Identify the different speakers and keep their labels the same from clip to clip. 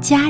Speaker 1: 家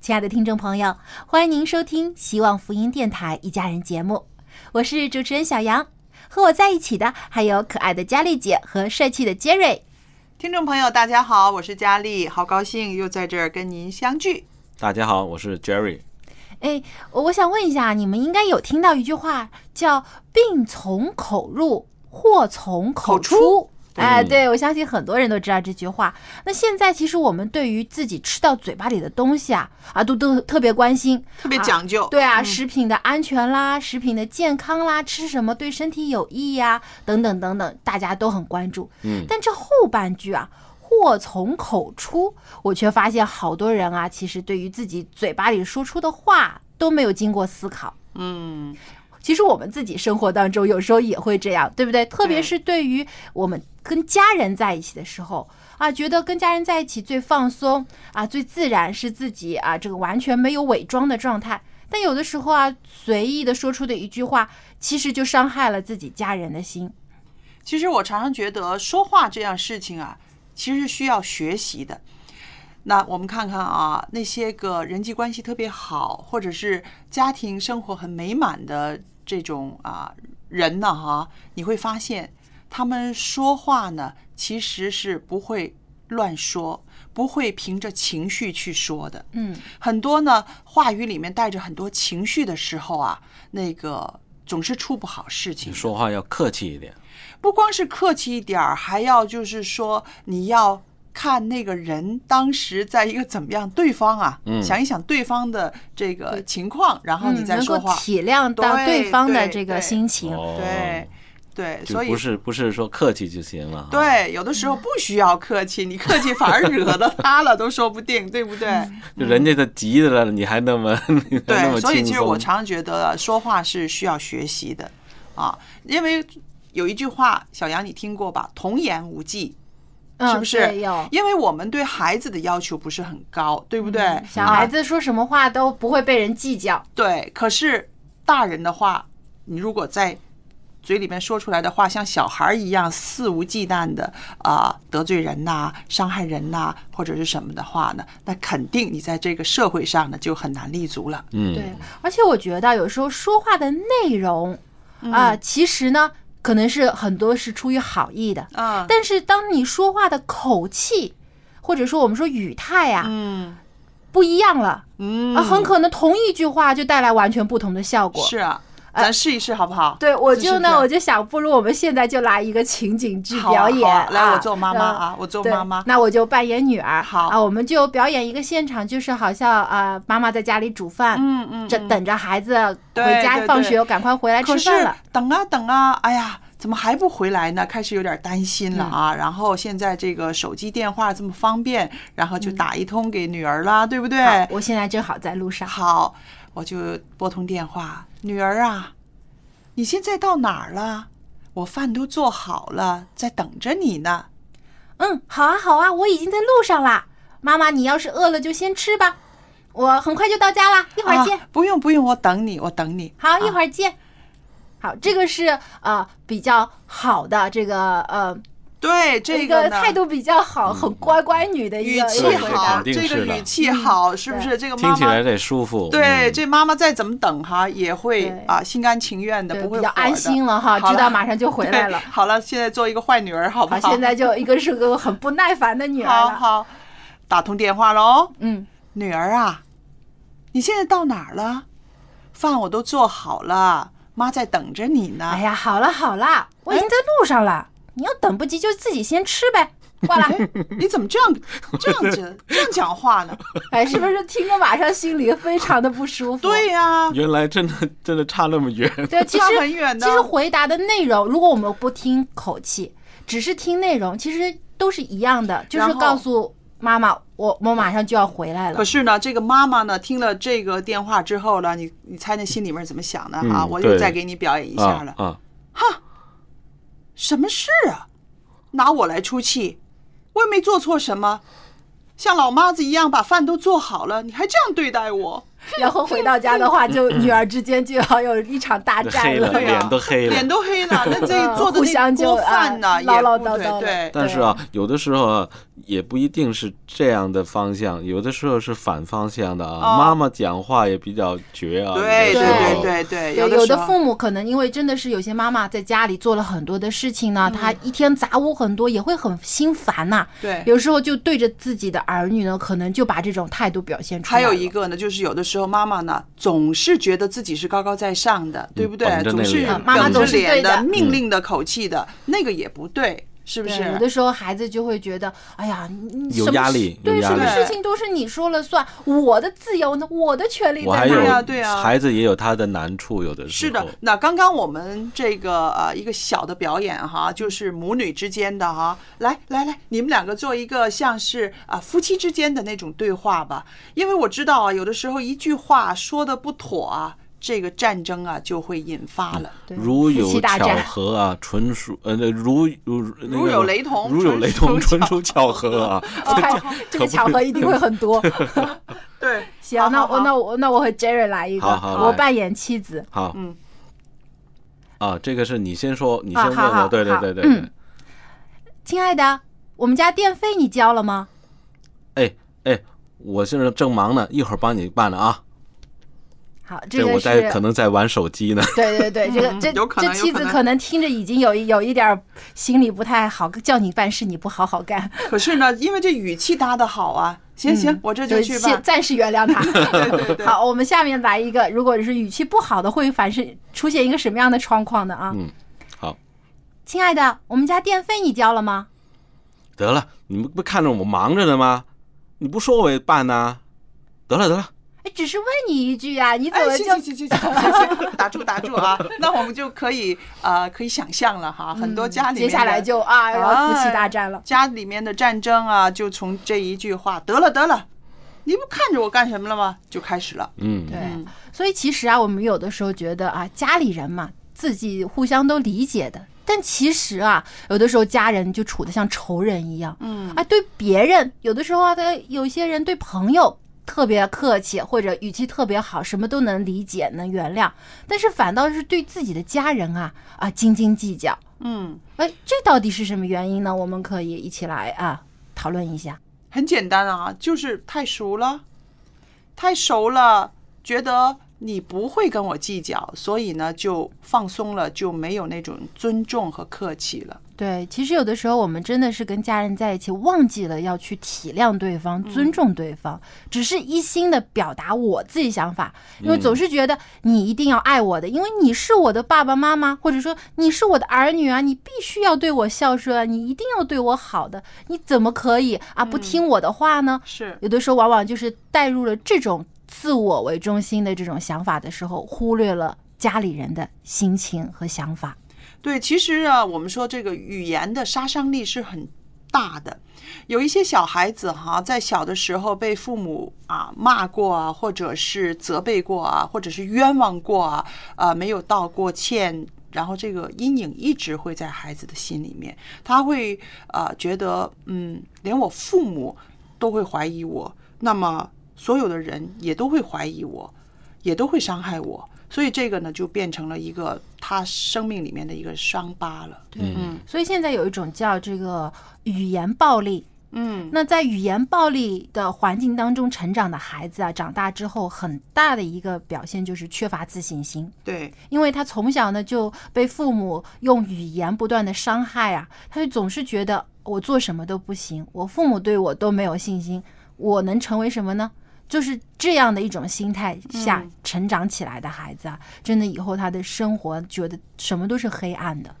Speaker 1: 亲爱的听众朋友，欢迎您收听希望福音电台《一家人》节目，我是主持人小杨。和我在一起的还有可爱的佳丽姐和帅气的杰瑞。
Speaker 2: 听众朋友，大家好，我是佳丽，好高兴又在这儿跟您相聚。
Speaker 3: 大家好，我是 Jerry。
Speaker 1: 哎，我我想问一下，你们应该有听到一句话叫“病从口入，祸从口出”
Speaker 2: 口
Speaker 1: 哎，
Speaker 3: 嗯
Speaker 1: 对，我相信很多人都知道这句话。那现在其实我们对于自己吃到嘴巴里的东西啊，啊，都都特别关心，
Speaker 2: 特别讲究，
Speaker 1: 对啊，食品的安全啦，食品的健康啦，吃什么对身体有益呀、等等等等，大家都很关注。
Speaker 3: 嗯，
Speaker 1: 但这后半句啊，祸从口出，我却发现好多人啊，其实对于自己嘴巴里说出的话都没有经过思考。
Speaker 2: 嗯，
Speaker 1: 其实我们自己生活当中有时候也会这样，对不对？特别
Speaker 2: 对
Speaker 1: 是对于我们跟家人在一起的时候啊，觉得跟家人在一起最放松啊，最自然是自己啊，这个完全没有伪装的状态。但有的时候啊，随意的说出的一句话，其实就伤害了自己家人的心。
Speaker 2: 其实我常常觉得说话这样事情啊，其实是需要学习的。那我们看看啊，那些个人际关系特别好，或者是家庭生活很美满的这种啊人呢，哈，你会发现他们说话呢，其实是不会乱说，不会凭着情绪去说的。
Speaker 1: 嗯，
Speaker 2: 很多呢话语里面带着很多情绪的时候啊，那个总是出不好事情
Speaker 3: 你。说话要客气一点。
Speaker 2: 不光是客气一点儿，还要就是说你要看那个人当时在一个怎么样，对方啊，
Speaker 3: 嗯
Speaker 2: 想一想对方的这个情况，然后你
Speaker 1: 嗯
Speaker 2: 再
Speaker 1: 能
Speaker 2: 说
Speaker 1: 够
Speaker 2: 话。
Speaker 1: 体谅到
Speaker 2: 对
Speaker 1: 对方的
Speaker 2: 对
Speaker 1: 这
Speaker 2: 对
Speaker 1: 个心情。
Speaker 3: 哦
Speaker 2: 对，对，
Speaker 3: 就
Speaker 2: 所以
Speaker 3: 不是不是说客气就行了。，
Speaker 2: 对，有的时候不需要客气，你客气反而惹到他了，都说不定，对不对？
Speaker 1: 嗯
Speaker 3: 就人家都急的了，你还那么你还那
Speaker 2: 对，
Speaker 3: 么轻松。
Speaker 2: 所以其实我常常觉得说话是需要学习的啊，因为有一句话，小杨你听过吧？童言无忌。
Speaker 1: 嗯
Speaker 2: 是不是
Speaker 1: 对有？
Speaker 2: 因为我们对孩子的要求不是很高，对不对？
Speaker 1: 嗯小孩
Speaker 2: 啊、
Speaker 1: 子说什么话都不会被人计较。
Speaker 2: 对，可是大人的话，你如果在嘴里面说出来的话，像小孩一样肆无忌惮的啊、得罪人呐、伤害人呐、或者是什么的话呢，那肯定你在这个社会上呢就很难立足了。
Speaker 3: 嗯，
Speaker 1: 对，而且我觉得有时候说话的内容
Speaker 2: 嗯
Speaker 1: 啊、其实呢，可能是很多是出于好意的，
Speaker 2: 啊，
Speaker 1: 但是当你说话的口气，或者说我们说语态啊，
Speaker 2: 嗯
Speaker 1: 不一样了
Speaker 2: 嗯
Speaker 1: 啊，很可能同一句话就带来完全不同的效果。
Speaker 2: 是啊，
Speaker 1: 呃
Speaker 2: 咱试一试好不好？
Speaker 1: 对，我
Speaker 2: 试
Speaker 1: 就
Speaker 2: 试
Speaker 1: 呢，
Speaker 2: 看
Speaker 1: 我就想，不如我们现在就来一个情景剧
Speaker 2: 好啊
Speaker 1: 表演、
Speaker 2: 好啊来我做
Speaker 1: 做
Speaker 2: 妈妈啊，我做
Speaker 1: 对
Speaker 2: 妈妈。
Speaker 1: 那我就扮演女儿。
Speaker 2: 好
Speaker 1: 啊，我们就表演一个现场，就是好像啊、妈妈在家里煮饭，
Speaker 2: 嗯嗯，
Speaker 1: 这
Speaker 2: 嗯
Speaker 1: 等着孩子
Speaker 2: 对
Speaker 1: 回家
Speaker 2: 对
Speaker 1: 放
Speaker 2: 对
Speaker 1: 学，赶快回来
Speaker 2: 可
Speaker 1: 吃
Speaker 2: 是
Speaker 1: 饭了。
Speaker 2: 等啊等啊，哎呀，怎么还不回来呢？开始有点担心
Speaker 1: 嗯
Speaker 2: 了啊。然后现在这个手机电话这么方便，然后就打一通给女儿啦，对不对？
Speaker 1: 好，我现在正嗯好在路上。
Speaker 2: 好，我就拨通电话，女儿啊，你现在到哪儿了？我饭都做好了，在等着你呢。
Speaker 1: 嗯，好啊，好啊，我已经在路上啦。妈妈，你要是饿了就先吃吧，我很快就到家啦，一会儿见。
Speaker 2: 啊不用不用，我等你，我等你。
Speaker 1: 好，一会儿见。好，这个是呃比较好的这个呃
Speaker 2: 对
Speaker 1: 一
Speaker 2: 这
Speaker 1: 个
Speaker 2: 呢
Speaker 1: 态度比较好，很乖乖女的一
Speaker 2: 语
Speaker 1: 个一
Speaker 2: 气
Speaker 1: 个啊回答
Speaker 2: 好，
Speaker 3: 肯定
Speaker 2: 这个
Speaker 3: 是的嗯
Speaker 2: 语气好，是不是？这个
Speaker 3: 听
Speaker 2: 妈
Speaker 3: 起来
Speaker 2: 妈
Speaker 3: 得舒服。
Speaker 2: 对
Speaker 3: 嗯
Speaker 2: 这妈妈再怎么等哈，也会
Speaker 1: 对
Speaker 2: 啊心甘情愿的，
Speaker 1: 对
Speaker 2: 不会
Speaker 1: 比较
Speaker 2: 火的
Speaker 1: 安心了哈，
Speaker 2: 好
Speaker 1: 知道马上就回来
Speaker 2: 对
Speaker 1: 了。
Speaker 2: 好了，现在做一个坏女儿，好不
Speaker 1: 好，
Speaker 2: 好？
Speaker 1: 现在就一个是个很不耐烦的女儿
Speaker 2: 好
Speaker 1: 了。
Speaker 2: 好打通电话喽，
Speaker 1: 嗯，
Speaker 2: 女儿啊，你现在到哪儿了？饭我都做好了，妈在等着你呢。
Speaker 1: 哎呀，好了好了，我已经在路上了，你要等不及就自己先吃 呗。挂了，
Speaker 2: 你怎么这样这样子这样讲话 呢？
Speaker 1: 哎，是不是听着马上心里非常的不舒服？
Speaker 2: 对呀、
Speaker 3: 原来真的真的差那么远。
Speaker 1: 对，其实
Speaker 2: 差很远的
Speaker 1: 其实回答的内容，如果我们不听口气，只是听内容，其实都是一样的，就
Speaker 2: 然
Speaker 1: 是
Speaker 2: 后
Speaker 1: 告诉妈妈，我我马上就要回来了
Speaker 2: 可。是呢，这个妈妈呢，听了这个电话之后呢，你你猜那心里面怎么想的啊？
Speaker 3: 嗯
Speaker 2: 我又
Speaker 3: 对
Speaker 2: 再给你表演一下了
Speaker 3: 啊，，啊
Speaker 2: 什么事啊？拿我来出气，我也没做错什么，像老妈子一样把饭都做好了，你还这样对待我，
Speaker 1: 然后回到家的话，就
Speaker 2: 嗯
Speaker 1: 女儿之间就要有一场大战
Speaker 3: 黑了，
Speaker 2: 对啊
Speaker 3: 脸都黑了，嗯
Speaker 2: 脸都黑 了，那这做的
Speaker 1: 互
Speaker 2: 那
Speaker 1: 相就
Speaker 2: 锅饭
Speaker 1: 啊
Speaker 2: 呢，也
Speaker 1: 唠唠
Speaker 2: 不
Speaker 1: 叨
Speaker 2: 对
Speaker 1: 叨了
Speaker 2: 对。
Speaker 3: 但是啊，有的时候啊，也不一定是这样的方向，有的时候是反方向的啊。
Speaker 2: 哦
Speaker 3: 妈妈讲话也比较绝啊，
Speaker 2: 对
Speaker 3: 有的时
Speaker 2: 对对
Speaker 3: 候
Speaker 2: 对，
Speaker 1: 对，
Speaker 2: 的
Speaker 1: 有
Speaker 2: 时
Speaker 1: 的
Speaker 2: 候
Speaker 1: 父母可能因为真的是有些妈妈在家里做了很多的事情
Speaker 2: 嗯
Speaker 1: 呢，她一天杂物很多，也会很心烦呐、
Speaker 2: 对
Speaker 1: 有时候就对着自己的儿女呢，可能就把这种态度表现出来
Speaker 2: 还
Speaker 1: 了。
Speaker 2: 有一个呢，就是有的时候妈妈呢，总是觉得自己是高高在上的，对不对
Speaker 3: 绷？着那
Speaker 2: 总
Speaker 3: 个
Speaker 2: 是
Speaker 3: 脸
Speaker 1: 妈妈
Speaker 2: 绷着
Speaker 1: 总是
Speaker 2: 脸
Speaker 1: 对的
Speaker 2: 的、命令的口气的，那个也不对，是不
Speaker 1: 对，
Speaker 2: 是？
Speaker 1: 有的时候孩子就会觉得，哎呀，你你
Speaker 3: 有
Speaker 1: 什么
Speaker 3: 压
Speaker 1: 事
Speaker 3: 力有
Speaker 1: 对，
Speaker 3: 压
Speaker 1: 什么
Speaker 2: 力
Speaker 1: 事情都是你说了算，我的自由呢，我的权利
Speaker 3: 我
Speaker 1: 在
Speaker 3: 还
Speaker 1: 哪
Speaker 2: 对
Speaker 1: 里？
Speaker 2: 呀对
Speaker 3: 有
Speaker 2: 呀
Speaker 3: 孩子也有他的难处，有的
Speaker 2: 是
Speaker 3: 时候
Speaker 2: 的，那刚刚我们这个呃一个小的表演哈，就是母女之间的哈，来来来，你们两个做一个像是啊、夫妻之间的那种对话吧，因为我知道啊，有的时候一句话说的不妥啊，这个战争啊就会引发了。
Speaker 1: 对
Speaker 3: 如
Speaker 1: 夫
Speaker 3: 有
Speaker 1: 妻大
Speaker 3: 巧
Speaker 1: 战，
Speaker 3: 合啊，纯属呃，那如如如那
Speaker 2: 如
Speaker 3: 个
Speaker 2: 有雷同
Speaker 3: 如有雷同，
Speaker 2: 纯
Speaker 3: 纯
Speaker 2: 属
Speaker 3: 属巧合啊。
Speaker 1: 看哦这个巧合一定会很多。
Speaker 2: 对，
Speaker 1: 行
Speaker 2: 好，
Speaker 1: 那
Speaker 2: 好
Speaker 1: 我
Speaker 2: 好
Speaker 1: 那我那我和 Jerry 来一个，
Speaker 3: 好好
Speaker 1: 我
Speaker 3: 来
Speaker 1: 扮演妻子。
Speaker 3: 好，
Speaker 2: 嗯，
Speaker 3: 啊，这个是你先说，你
Speaker 1: 啊
Speaker 3: 先问
Speaker 1: 好好
Speaker 3: 我，对对
Speaker 1: 好
Speaker 3: 对对
Speaker 1: 嗯
Speaker 3: 对。
Speaker 1: 亲爱的，我们家电费你交了吗？
Speaker 3: 哎哎，我现在正忙呢，一会儿帮你办了啊。
Speaker 1: 好，这
Speaker 3: 这
Speaker 1: 个
Speaker 3: 我
Speaker 1: 是
Speaker 3: 在可能在玩手机呢。
Speaker 1: 对对对，这个
Speaker 2: 嗯
Speaker 1: 这
Speaker 2: 有可
Speaker 1: 这
Speaker 2: 能有
Speaker 1: 妻
Speaker 2: 可
Speaker 1: 子
Speaker 2: 能
Speaker 1: 可能听着已经有一有一点儿心里不太好，叫你办事你不好好干，
Speaker 2: 可是呢，因为这语气搭的好啊，行
Speaker 1: 嗯
Speaker 2: 行，我这就去
Speaker 1: 先
Speaker 2: 吧。
Speaker 1: 暂时原谅他。
Speaker 2: 对对对，
Speaker 1: 好，我们下面来一个，如果是语气不好的，会反是出现一个什么样的状况呢？啊，
Speaker 3: 嗯，好，
Speaker 1: 亲爱的，我们家电费你交了吗？
Speaker 3: 得了，你们不看着我忙着呢吗？你不说我也办呐、得了得了，
Speaker 1: 哎，只是问你一句啊，你怎
Speaker 2: 哎，
Speaker 1: 么
Speaker 2: 行
Speaker 1: 就
Speaker 2: 行行行行行，行打住打住 啊！那我们就可以呃，可以想象了哈，很多家
Speaker 1: 嗯
Speaker 2: 里面
Speaker 1: 接下来
Speaker 2: 的哎
Speaker 1: 就啊，要夫妻大战了。
Speaker 2: 家里面的战争啊，就从这一句话得了得了，你不看着我干什么了吗？就开始了。
Speaker 3: 嗯，
Speaker 1: 对，所以其实啊，我们有的时候觉得啊，家里人嘛，自己互相都理解的。但其实啊，有的时候家人就处得像仇人一样，嗯啊，对别人有的时候啊，他有些人对朋友特别客气，或者语气特别好，什么都能理解、能原谅，但是反倒是对自己的家人啊啊斤斤计较，
Speaker 2: 嗯，
Speaker 1: 哎，这到底是什么原因呢？我们可以一起来啊讨论一下。
Speaker 2: 很简单啊，就是太熟了，太熟了，觉得你不会跟我计较，所以呢就放松了，就没有那种尊重和客气了。
Speaker 1: 对，其实有的时候我们真的是跟家人在一起，忘记了要去体谅对方、尊重对方，只是一心的表达我自己想法，因为总是觉得你一定要爱我的，因为你是我的爸爸妈妈，或者说你是我的儿女啊，你必须要对我孝顺啊，你一定要对我好的，你怎么可以啊不听我的话呢？
Speaker 2: 是
Speaker 1: 有的时候往往就是带入了这种自我为中心的这种想法的时候，忽略了家里人的心情和想法。
Speaker 2: 对，其实啊，我们说这个语言的杀伤力是很大的。有一些小孩子哈，在小的时候被父母啊骂过啊，或者是责备过啊，或者是冤枉过啊，啊没有道过歉，然后这个阴影一直会在呃孩子的心里面，他会啊觉得嗯，连我父母都会怀疑我，那么所有的人也都会怀疑我，也都会伤害我。所以这个呢，就变成了一个他生命里面的一个伤疤了。
Speaker 3: 嗯
Speaker 1: 对，所以现在有一种叫这个语言暴力。
Speaker 2: 嗯，
Speaker 1: 那在语言暴力的环境当中成长的孩子啊，长大之后很大的一个表现就是缺乏自信心，
Speaker 2: 对，
Speaker 1: 因为他从小呢就被父母用语言不断的伤害啊，他就总是觉得我做什么都不行，我父母对我都没有信心，我能成为什么呢？就是这样的一种心态下
Speaker 2: 嗯
Speaker 1: 成长起来的孩子啊，真的以后他的生活觉得什么都是黑暗的。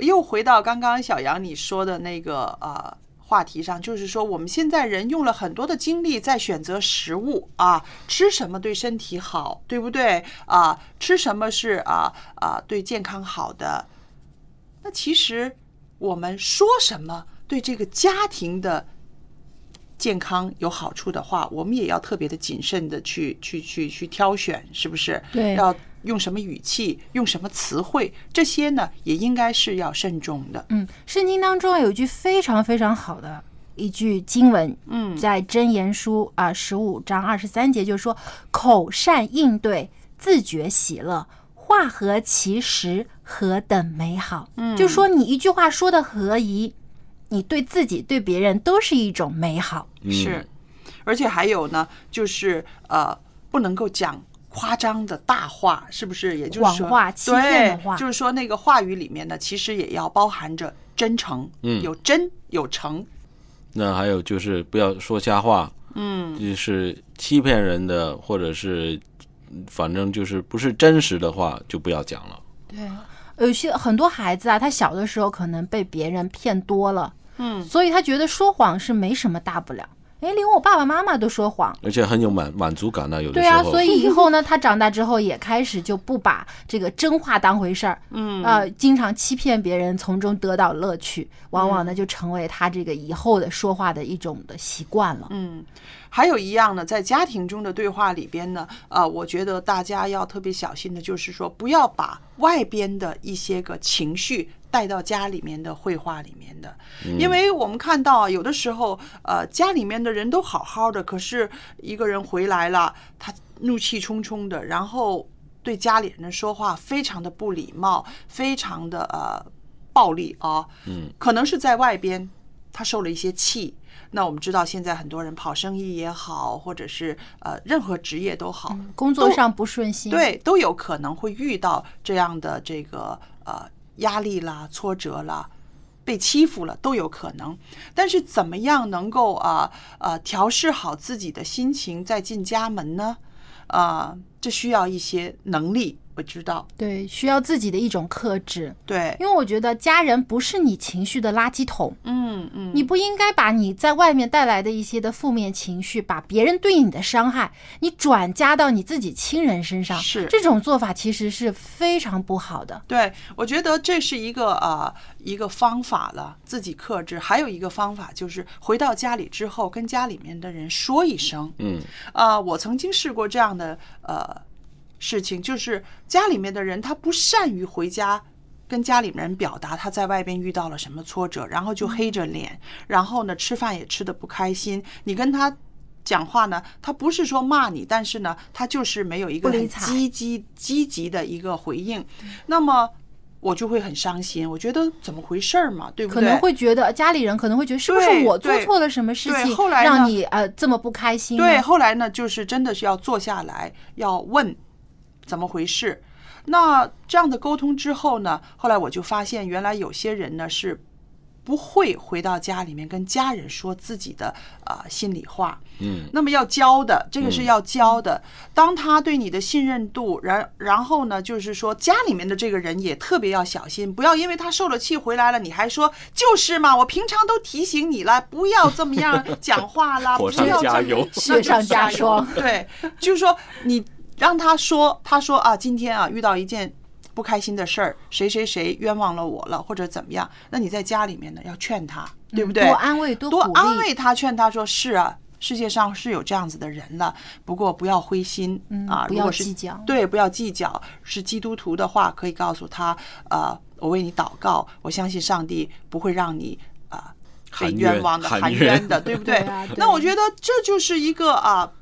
Speaker 2: 又回到刚刚小杨你说的那个呃话题上，就是说我们现在人用了很多的精力在选择食物啊，吃什么对身体好，对不对啊？吃什么是啊啊对健康好的？那其实我们说什么对这个家庭的健康有好处的话，我们也要特别的谨慎的去去去去挑选，是不是？
Speaker 1: 对
Speaker 2: 要用什么语气，用什么词汇，这些呢也应该是要慎重的。
Speaker 1: 嗯，圣经当中啊有一句非常非常好的一句经文，
Speaker 2: 嗯
Speaker 1: 在箴言书啊十五章二十三节就说：“口善应对，自觉喜乐，化合其实，何等美好！”嗯，就说你一句话说的合宜，你对自己对别人都是一种美好。
Speaker 3: 嗯
Speaker 2: 是，而且还有呢，就是呃，不能够讲夸张的大话，是不是？也就是说，
Speaker 1: 谎话欺骗的话
Speaker 2: 对就是说那个话语里面呢，其实也要包含着真诚，
Speaker 3: 嗯
Speaker 2: 有真有诚，
Speaker 3: 那还有就是不要说瞎话，
Speaker 2: 嗯，
Speaker 3: 就是欺骗人的，或者是嗯反正就是不是真实的话，就不要讲了。
Speaker 1: 对，有些很多孩子啊，他小的时候可能被别人骗多了，
Speaker 2: 嗯
Speaker 1: 所以他觉得说谎是没什么大不了。哎，连我爸爸妈妈都说谎，
Speaker 3: 而且很有满满足感呢，有的
Speaker 1: 对
Speaker 3: 时
Speaker 1: 啊，
Speaker 3: 候。
Speaker 1: 所以以后呢，他长大之后也开始就不把这个真话当回事儿，嗯啊、经常欺骗别人，从中得到乐趣，往往呢就成为他这个以后的说话的一种的习惯了。
Speaker 2: 嗯，还有一样呢，在家庭中的对话里边呢，啊，我觉得大家要特别小心的，就是说不要把外边的一些个情绪带到家里面的绘画里面的，
Speaker 3: 嗯
Speaker 2: 因为我们看到啊，有的时候，呃，家里面的人都好好的，可是一个人回来了，他怒气冲冲的，然后对家里人说话非常的不礼貌，非常的呃暴力啊，
Speaker 3: 嗯，
Speaker 2: 可能是在外边他受了一些气。那我们知道，现在很多人跑生意也好，或者是呃任何职业都好，
Speaker 1: 工作上不顺心，，
Speaker 2: 对，都有可能会遇到这样的这个呃压力啦、挫折啦、被欺负了都有可能。但是怎么样能够啊呃调试好自己的心情再进家门呢？啊、这需要一些能力，我知道。
Speaker 1: 对，需要自己的一种克制，
Speaker 2: 对，
Speaker 1: 因为我觉得家人不是你情绪的垃圾桶，
Speaker 2: 嗯嗯，
Speaker 1: 你不应该把你在外面带来的一些的负面情绪，把别人对你的伤害，你转嫁到你自己亲人身上，
Speaker 2: 是
Speaker 1: 这种做法其实是非常不好的。
Speaker 2: 对，我觉得这是一个呃一个方法了，自己克制。还有一个方法就是回到家里之后，跟家里面的人说一声。
Speaker 3: 嗯，
Speaker 2: 啊，我曾经试过这样的呃事情，就是家里面的人他不善于回家。跟家里面人表达他在外边遇到了什么挫折，然后就
Speaker 1: 嗯
Speaker 2: 黑着脸，然后呢吃饭也吃的不开心。你跟他讲话呢，他不是说骂你，但是呢他就是没有一个
Speaker 1: 不理
Speaker 2: 很
Speaker 1: 睬嗯
Speaker 2: 积极积极的一个回应，那么我就会很伤心，我觉得怎么回事儿嘛，对不
Speaker 1: 可
Speaker 2: 对？
Speaker 1: 能会觉得家里人可能会觉得是不
Speaker 2: 对
Speaker 1: 是我做
Speaker 2: 对
Speaker 1: 错了什么事
Speaker 2: 对
Speaker 1: 情，
Speaker 2: 后来呢
Speaker 1: 让你呃这么不开心呢？
Speaker 2: 对，后来呢，就是真的是要坐下来，要问怎么回事。那这样的沟通之后呢，后来我就发现，原来有些人呢是不会回到家里面跟家人说自己的呃心里话。
Speaker 3: 嗯，
Speaker 2: 那么要教的，这个是要教的。当他对你的信任度，然然后呢，就是说家里面的这个人也特别要小心，不要因为他受了气回来了，你还说就是嘛，我平常都提醒你了，不要这么样讲话啦，不
Speaker 3: 火上
Speaker 2: 要
Speaker 3: 加
Speaker 2: 这么
Speaker 3: 油
Speaker 2: 那就
Speaker 1: 雪上加霜
Speaker 2: 加油。 对，就是说你让他说，他说啊，今天啊遇到一件。不开心的事儿，谁谁谁冤枉了我了，或者怎么样？那你在家里面呢，要劝他，对不对？
Speaker 1: 嗯多安慰多
Speaker 2: 多
Speaker 1: 鼓
Speaker 2: 安
Speaker 1: 励
Speaker 2: 慰他，劝他说：“是啊，世界上是有这样子的人了，不过不要灰心、
Speaker 1: 嗯
Speaker 2: 啊，
Speaker 1: 不
Speaker 2: 如果
Speaker 1: 要
Speaker 2: 是
Speaker 1: 计较
Speaker 2: 对，不要计较。是基督徒的话，可以告诉他，呃，我为你祷告，我相信上帝不会让你啊、被
Speaker 3: 含
Speaker 2: 冤
Speaker 3: 冤
Speaker 2: 枉的、
Speaker 3: 含
Speaker 2: 含
Speaker 3: 冤
Speaker 2: 冤的，对不对？
Speaker 1: 对啊对
Speaker 2: 那我觉得这就是一个啊，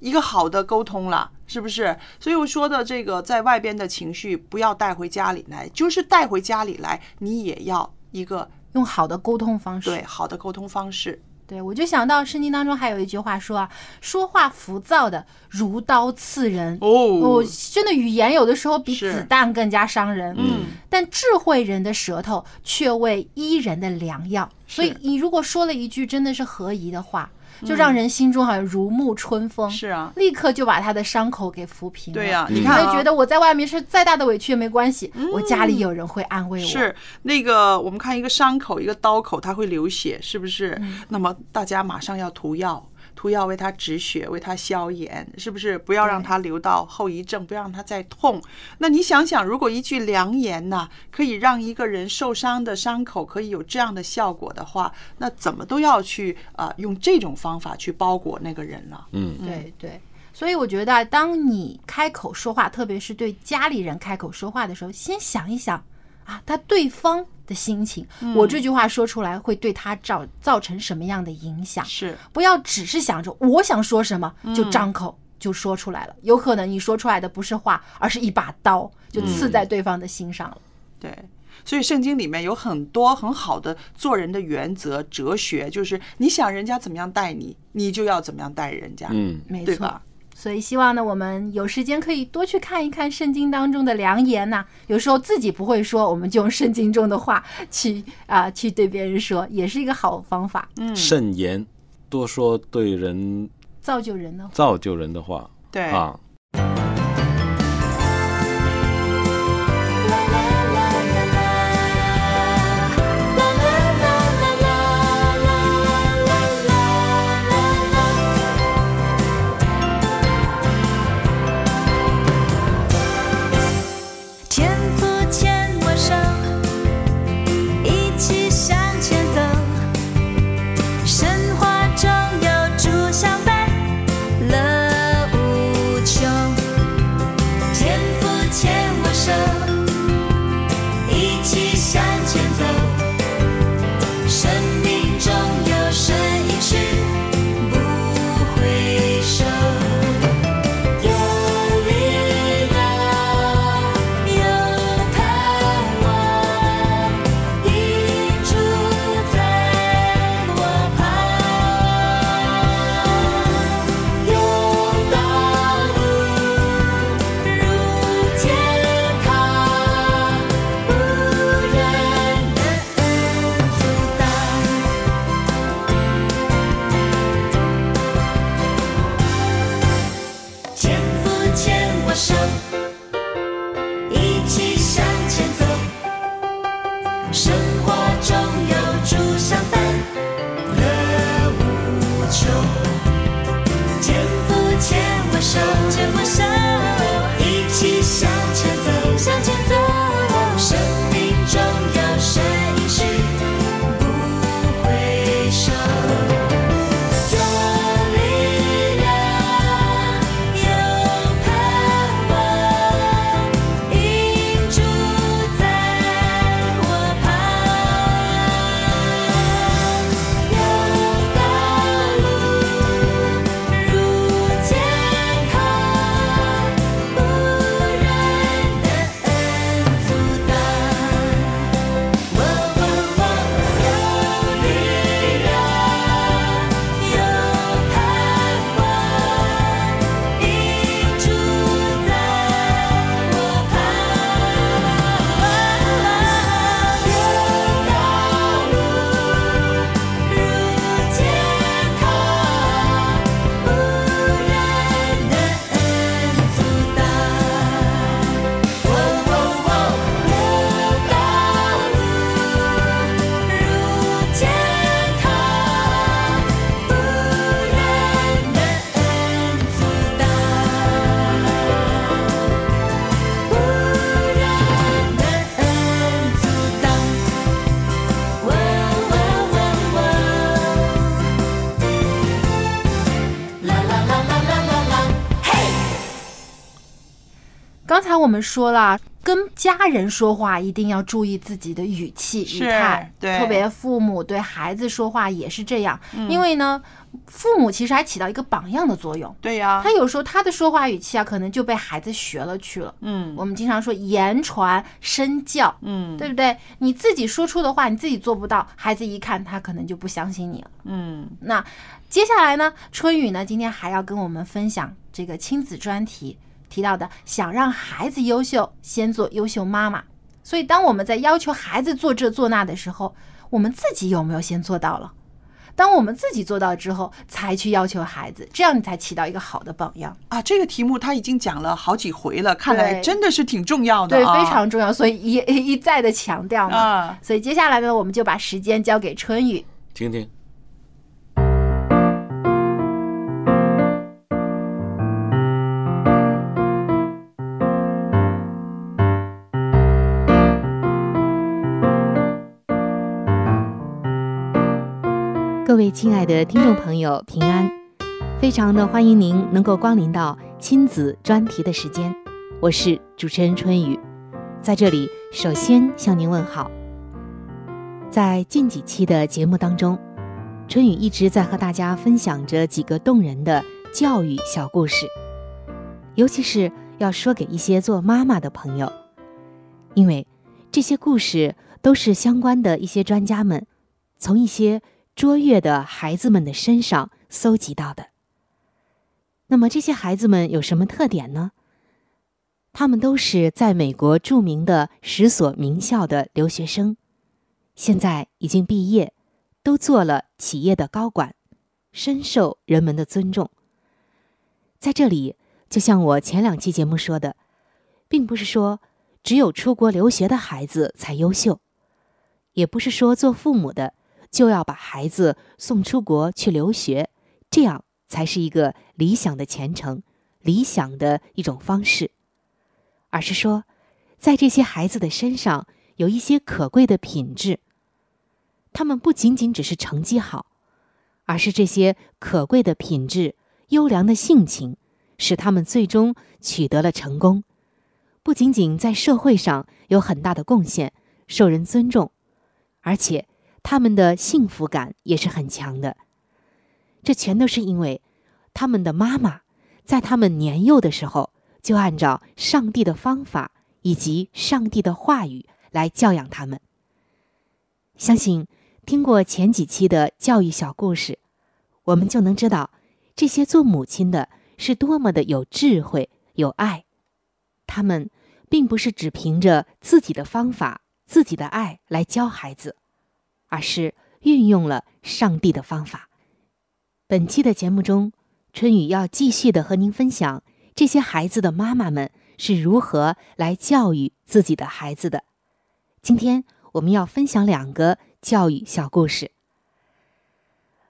Speaker 2: 一个好的沟通了，是不是？所以我说的这个，在外边的情绪不要带回家里来，就是带回家里来，你也要一个
Speaker 1: 用好的沟通方式。
Speaker 2: 对好的沟通方式。
Speaker 1: 对，我就想到圣经当中还有一句话说啊，说话浮躁的如刀刺人。
Speaker 2: 哦
Speaker 1: 哦，真的语言有的时候比
Speaker 2: 是
Speaker 1: 子弹更加伤人。
Speaker 2: 嗯，
Speaker 1: 但智慧人的舌头却为医人的良药。所以你如果说了一句真的是合宜的话，就让人心中好像如沐春风，
Speaker 2: 嗯是啊
Speaker 1: 立刻就把他的伤口给抚平了。
Speaker 2: 对呀、你
Speaker 1: 你
Speaker 2: 看、啊，嗯
Speaker 1: 会觉得我在外面是再大的委屈也没关系，我家里有人会安慰我。
Speaker 2: 是那个，我们看一个伤口，一个刀口，它会流血，是不是？那么大家马上要涂药，涂药为它止血，为它消炎，是不是？不要让它留到后遗症，不要让它再痛。那你想想，如果一句良言呐、可以让一个人受伤的伤口可以有这样的效果的话，那怎么都要去啊、呃用这种方法去包裹那个人了。
Speaker 3: 嗯，
Speaker 1: 对对。所以我觉得啊，当你开口说话，特别是对家里人开口说话的时候，先想一想啊，他对方的心情，
Speaker 2: 嗯
Speaker 1: 我这句话说出来会对他造造成什么样的影响？
Speaker 2: 是，
Speaker 1: 不要只是想着我想说什么
Speaker 2: 嗯
Speaker 1: 就张口就说出来了，有可能你说出来的不是话，而是一把刀，就刺
Speaker 2: 嗯
Speaker 1: 在对方的心上了。
Speaker 2: 对，所以圣经里面有很多很好的做人的原则、哲学，就是你想人家怎么样待你，你就要怎么样待人家，
Speaker 3: 嗯，
Speaker 1: 没
Speaker 2: 对
Speaker 1: 错
Speaker 2: 吧？
Speaker 1: 所以希望呢，我们有时间可以多去看一看圣经当中的良言呐、有时候自己不会说，我们就用圣经中的话去啊、去对别人说，也是一个好方法，
Speaker 2: 嗯
Speaker 3: 慎言，多说对人
Speaker 1: 造就人呢。
Speaker 3: 造就人的话
Speaker 2: 对，
Speaker 3: 啊。
Speaker 4: 天赋牵我手，一起向前走。神话中有主相伴，乐无穷。天赋牵我手，一起向前走。生命中有神应许，不回首。有力量，有盼望，一直在我旁。有道路如天堂，无人能阻挡。天父牵我手，一起向前走。生活中有主相伴，乐无穷。天父牵我手，牵我手，一起向前走，向前走。生命中有神应许，不回首。有力量，有盼望，因主在我旁。有道路如健康，无人能阻挡。有力量，有盼望，你住在我旁。有道路如健康，无人能阻挡。有道路如天堂，无人能阻挡，无人能阻挡。啦啦啦啦啦啦啦，嘿！
Speaker 1: 刚才我们说了，跟家人说话一定要注意自己的语气语
Speaker 2: 是
Speaker 1: 态，
Speaker 2: 对
Speaker 1: 特别父母对孩子说话也是这样，
Speaker 2: 嗯
Speaker 1: 因为呢，父母其实还起到一个榜样的作用。
Speaker 2: 对呀、
Speaker 1: 他有时候他的说话语气啊，可能就被孩子学了去了。
Speaker 2: 嗯，
Speaker 1: 我们经常说言传身教，
Speaker 2: 嗯，
Speaker 1: 对不对？你自己说出的话，你自己做不到，孩子一看他可能就不相信你了。
Speaker 2: 嗯，
Speaker 1: 那接下来呢，春雨呢今天还要跟我们分享这个亲子专题提到的，想让孩子优秀，先做优秀妈妈。所以，当我们在要求孩子做这做那的时候，我们自己有没有先做到了？当我们自己做到之后，才去要求孩子，这样你才起到一个好的榜样。
Speaker 2: 啊，这个题目他已经讲了好几回了，看来
Speaker 1: 对
Speaker 2: 真的是挺重要的、
Speaker 1: 对，
Speaker 2: 啊，
Speaker 1: 非常重要，所以一一一再的强调嘛。
Speaker 2: 啊
Speaker 1: 所以接下来呢，我们就把时间交给春雨。
Speaker 3: 听听，
Speaker 5: 各位亲爱的听众朋友，平安！非常的欢迎您能够光临到亲子专题的时间，我是主持人春雨，在这里首先向您问好。在近几期的节目当中，春雨一直在和大家分享着几个动人的教育小故事，尤其是要说给一些做妈妈的朋友，因为这些故事都是相关的一些专家们从一些卓越的孩子们的身上搜集到的。那么这些孩子们有什么特点呢？他们都是在美国著名的十所名校的留学生，现在已经毕业，都做了企业的高管，深受人们的尊重。在这里，就像我前两期节目说的，并不是说只有出国留学的孩子才优秀，也不是说做父母的就要把孩子送出国去留学，这样才是一个理想的前程、理想的一种方式，而是说，在这些孩子的身上有一些可贵的品质，他们不仅仅只是成绩好，而是这些可贵的品质、优良的性情，使他们最终取得了成功。不仅仅在社会上有很大的贡献，受人尊重，而且他们的幸福感也是很强的。这全都是因为他们的妈妈在他们年幼的时候就按照上帝的方法以及上帝的话语来教养他们。相信听过前几期的教育小故事，我们就能知道这些做母亲的是多么的有智慧、有爱。他们并不是只凭着自己的方法、自己的爱来教孩子，而是运用了上帝的方法。本期的节目中，春雨要继续的和您分享这些孩子的妈妈们是如何来教育自己的孩子的。今天我们要分享两个教育小故事。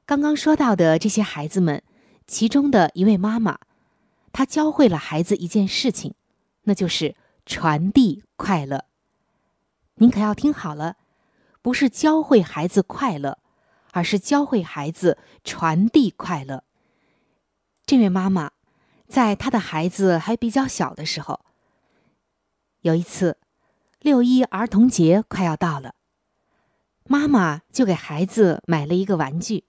Speaker 5: 刚刚说到的这些孩子们，其中的一位妈妈，她教会了孩子一件事情，那就是传递快乐。您可要听好了，不是教会孩子快乐，而是教会孩子传递快乐。这位妈妈在她的孩子还比较小的时候，有一次六一儿童节快要到了，妈妈就给孩子买了一个玩具。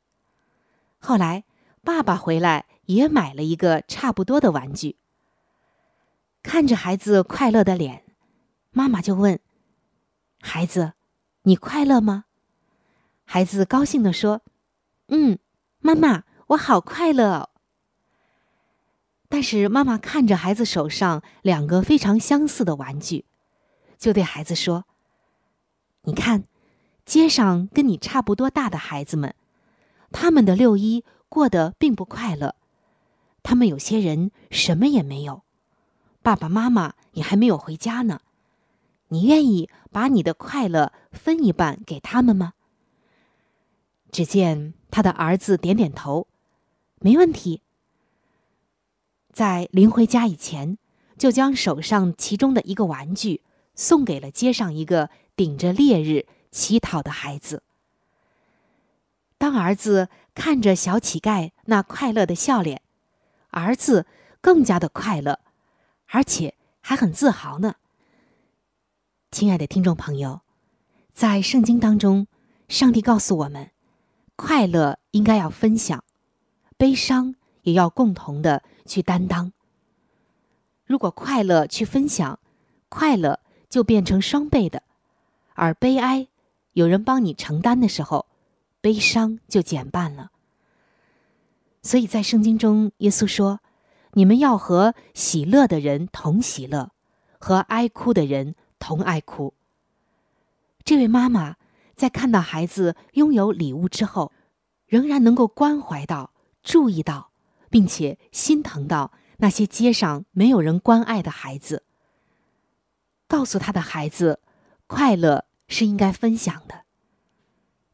Speaker 5: 后来爸爸回来也买了一个差不多的玩具。看着孩子快乐的脸，妈妈就问：“孩子，你快乐吗？”孩子高兴地说：“嗯，妈妈，我好快乐哦。”但是妈妈看着孩子手上两个非常相似的玩具，就对孩子说：“你看，街上跟你差不多大的孩子们，他们的六一过得并不快乐，他们有些人什么也没有，爸爸妈妈也还没有回家呢。你愿意把你的快乐分一半给他们吗？”只见他的儿子点点头，没问题。在临回家以前，就将手上其中的一个玩具送给了街上一个顶着烈日乞讨的孩子。当儿子看着小乞丐那快乐的笑脸，儿子更加的快乐，而且还很自豪呢。亲爱的听众朋友，在圣经当中，上帝告诉我们，快乐应该要分享，悲伤也要共同的去担当。如果快乐去分享，快乐就变成双倍的；而悲哀，有人帮你承担的时候，悲伤就减半了。所以在圣经中，耶稣说：“你们要和喜乐的人同喜乐，和哀哭的人同哀哭。”这位妈妈在看到孩子拥有礼物之后，仍然能够关怀到、注意到，并且心疼到那些街上没有人关爱的孩子，告诉他的孩子，快乐是应该分享的。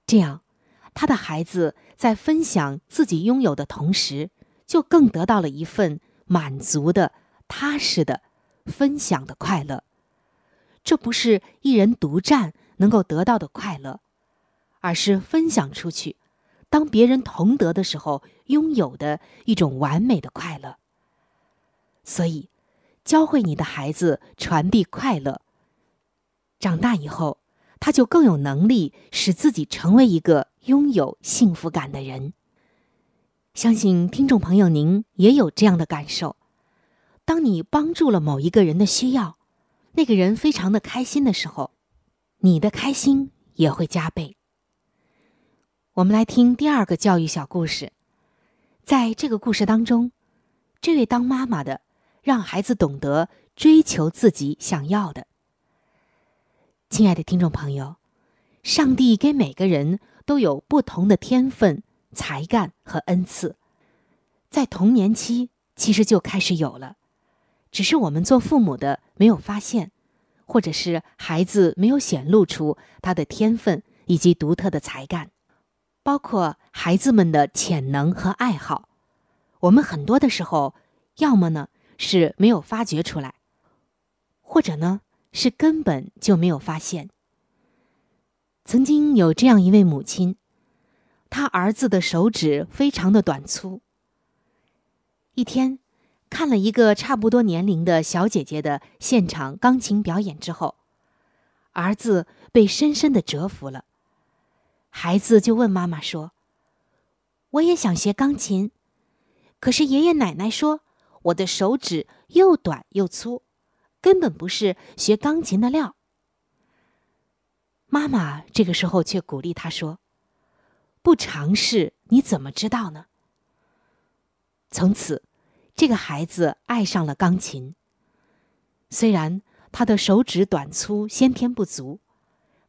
Speaker 5: 这样，他的孩子在分享自己拥有的同时，就更得到了一份满足的、踏实的分享的快乐。这不是一人独占能够得到的快乐，而是分享出去，当别人同得的时候拥有的一种完美的快乐。所以，教会你的孩子传递快乐，长大以后，他就更有能力使自己成为一个拥有幸福感的人。相信听众朋友您也有这样的感受：当你帮助了某一个人的需要，那个人非常的开心的时候，你的开心也会加倍。我们来听第二个教育小故事，在这个故事当中，这位当妈妈的让孩子懂得追求自己想要的。亲爱的听众朋友，上帝给每个人都有不同的天分、才干和恩赐，在童年期其实就开始有了，只是我们做父母的没有发现，或者是孩子没有显露出他的天分以及独特的才干，包括孩子们的潜能和爱好。我们很多的时候，要么呢是没有发掘出来，或者呢是根本就没有发现。曾经有这样一位母亲，她儿子的手指非常的短粗。一天，看了一个差不多年龄的小姐姐的现场钢琴表演之后，儿子被深深的折服了。孩子就问妈妈说：“我也想学钢琴。”可是爷爷奶奶说，我的手指又短又粗，根本不是学钢琴的料。妈妈这个时候却鼓励他说：“不尝试你怎么知道呢？”从此，这个孩子爱上了钢琴。虽然他的手指短粗，先天不足，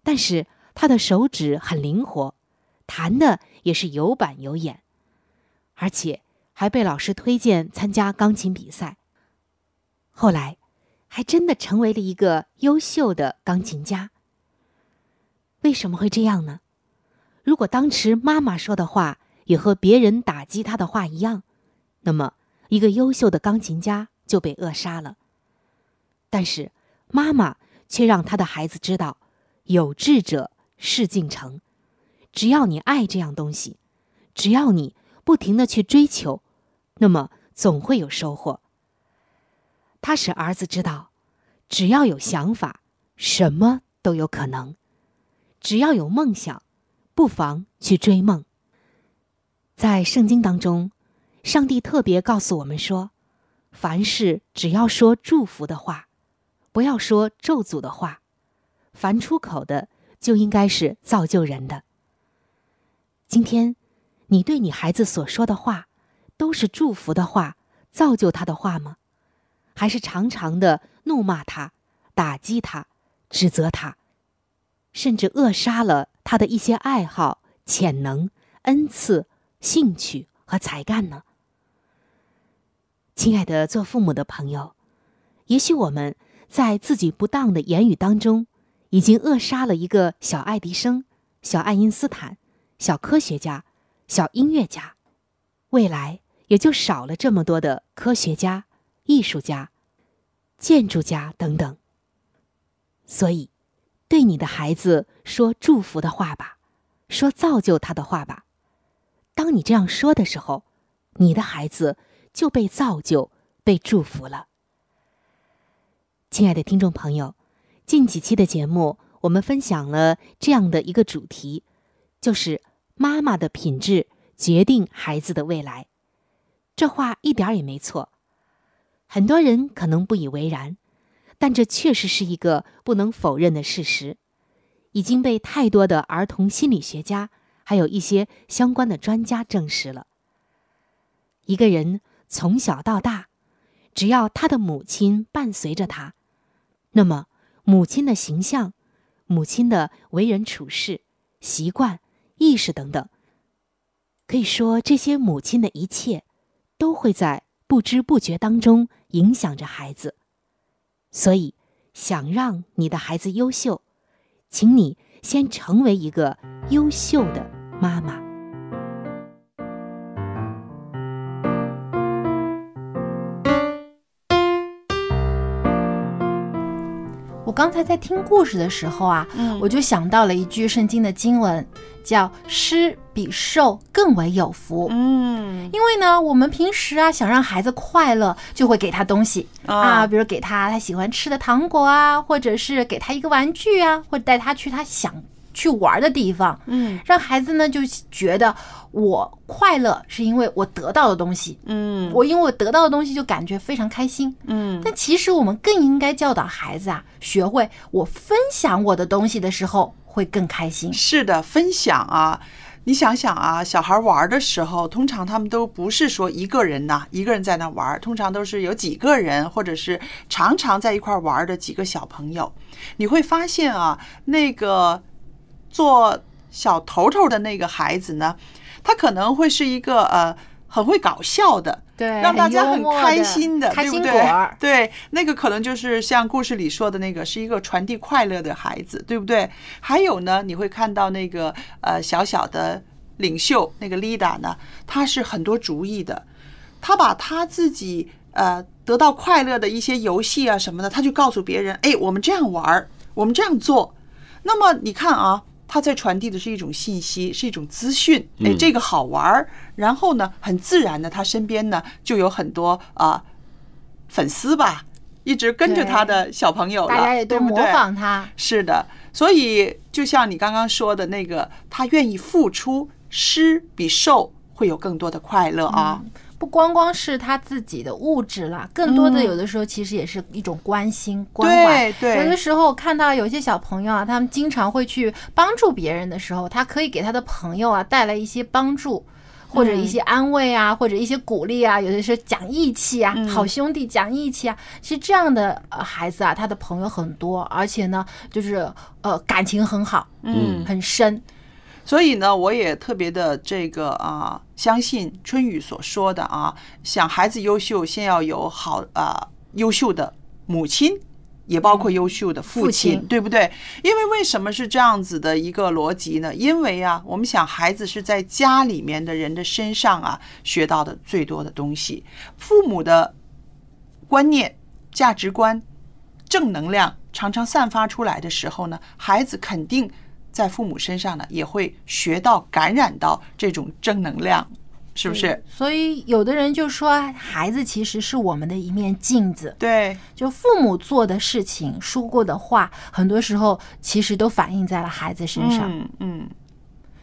Speaker 5: 但是他的手指很灵活，弹的也是有板有眼，而且。还被老师推荐参加钢琴比赛，后来还真的成为了一个优秀的钢琴家。为什么会这样呢？如果当时妈妈说的话也和别人打击他的话一样，那么一个优秀的钢琴家就被扼杀了。但是妈妈却让他的孩子知道，有志者事竟成，只要你爱这样东西，只要你。不停的去追求，那么总会有收获。他使儿子知道，只要有想法，什么都有可能；只要有梦想，不妨去追梦。在圣经当中，上帝特别告诉我们说，凡事只要说祝福的话，不要说咒诅的话；凡出口的，就应该是造就人的。今天。你对你孩子所说的话，都是祝福的话、造就他的话吗？还是常常的怒骂他、打击他、指责他，甚至扼杀了他的一些爱好、潜能、恩赐、兴趣和才干呢？亲爱的，做父母的朋友，也许我们在自己不当的言语当中，已经扼杀了一个小爱迪生、小爱因斯坦、小科学家。小音乐家，未来也就少了这么多的科学家、艺术家、建筑家等等。所以，对你的孩子说祝福的话吧，说造就他的话吧。当你这样说的时候，你的孩子就被造就、被祝福了。亲爱的听众朋友，
Speaker 6: 近几期的节目，我们分享了这样的一个主题，就是妈妈的品质决定孩子的未来。这话一点儿也没错，很多人可能不以为然，但这确实是一个不能否认的事实，已经被太多的儿童心理学家还有一些相关的专家证实了。一个人从小到大，只要他的母亲伴随着他，那么母亲的形象、母亲的为人处事、习惯、意识等等，可以说这些母亲的一切，都会在不知不觉当中影响着孩子。所以，想让你的孩子优秀，请你先成为一个优秀的妈妈。
Speaker 1: 我刚才在听故事的时候啊，
Speaker 5: 嗯
Speaker 1: 我就想到了一句圣经的经文，叫“施比受更为有福”。
Speaker 2: 嗯，
Speaker 1: 因为呢，我们平时啊想让孩子快乐，就会给他东西
Speaker 2: 哦
Speaker 5: 啊
Speaker 1: 啊，比如给他他喜欢吃的糖果啊，或者是给他一个玩具啊，或者带他去他想去玩的地方。
Speaker 2: 嗯，
Speaker 1: 让孩子呢就觉得我快乐是因为我得到的东西，
Speaker 2: 嗯
Speaker 1: 我因为我得到的东西就感觉非常开心。
Speaker 2: 嗯
Speaker 1: 但其实我们更应该教导孩子啊，学会我分享我的东西的时候会更开心。
Speaker 2: 是的，分享啊。你想想啊，小孩玩的时候，通常他们都不是说一个人呐、一个人在那玩，通常都是有几个人，或者是常常在一块玩的几个小朋友。你会发现啊，那个做小头头的那个孩子呢，他可能会是一个呃很会搞笑的，
Speaker 1: 对
Speaker 2: 让大家很开心的，
Speaker 1: 开心
Speaker 2: 对
Speaker 1: 果
Speaker 2: 不对
Speaker 1: 儿。
Speaker 2: 对，那个可能就是像故事里说的那个，是一个传递快乐的孩子，对不对？还有呢，你会看到那个呃小小的领袖那个 Lida 呢，他是很多主意的，他把他自己呃得到快乐的一些游戏啊什么的，他就告诉别人，哎，我们这样玩儿，我们这样做。那么你看啊，他在传递的是一种信息，是一种资讯，哎，
Speaker 4: 嗯
Speaker 2: 这个好玩儿。然后呢，很自然的，他身边呢就有很多啊、粉丝吧，一直跟着他的小朋友了，
Speaker 1: 大家也
Speaker 2: 对
Speaker 1: 都
Speaker 2: 不
Speaker 1: 模
Speaker 2: 对
Speaker 1: 仿他。
Speaker 2: 是的，所以就像你刚刚说的那个，他愿意付出，施比受会有更多的快乐
Speaker 1: 嗯
Speaker 2: 啊。
Speaker 1: 不光光是他自己的物质啦，更多的
Speaker 2: 嗯
Speaker 1: 有的时候其实也是一种关心、关怀。
Speaker 2: 对对
Speaker 1: 有的时候看到有些小朋友啊，他们经常会去帮助别人的时候，他可以给他的朋友啊带来一些帮助。或
Speaker 2: 嗯
Speaker 1: 者一些安慰啊，或者一些鼓励啊，有的时候讲义气啊，
Speaker 2: 嗯
Speaker 1: 好兄弟讲义气啊。其实这样的呃孩子啊，他的朋友很多，而且呢，就是呃感情很好，
Speaker 2: 嗯
Speaker 1: 很深。
Speaker 2: 所以呢，我也特别的这个啊，相信春雨所说的啊，想孩子优秀，先要有好啊优秀的母亲，也包括优秀的父
Speaker 4: 父
Speaker 2: 亲，
Speaker 4: 亲
Speaker 2: 对不对？因为为什么是这样子的一个逻辑呢？因为啊，我们想孩子是在家里面的人的身上啊学到的最多的东西，父母的观念、价值观、正能量常常散发出来的时候呢，孩子肯定在父母身上呢也会学到、感染到这种正能量，是不是？
Speaker 1: 所以有的人就说，啊孩子其实是我们的一面镜子。
Speaker 2: 对，
Speaker 1: 就父母做的事情、说过的话，很多时候其实都反映在了孩子身上。
Speaker 2: 嗯嗯，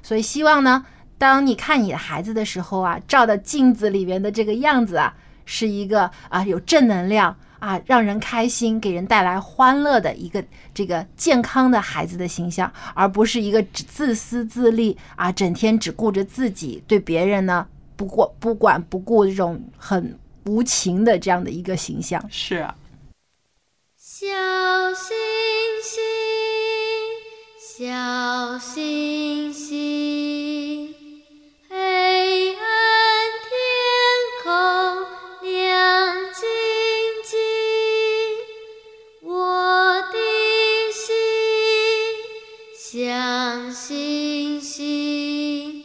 Speaker 1: 所以希望呢，当你看你的孩子的时候啊，照到镜子里面的这个样子啊，是一个啊有正能量啊，让人开心、给人带来欢乐的一个这个健康的孩子的形象，而不是一个只自私自利啊，整天只顾着自己，对别人呢不过不管不顾这种很无情的这样的一个形象。
Speaker 2: 是啊。
Speaker 4: 小星星，小星星，黑暗天空亮晶晶。我的心像星星，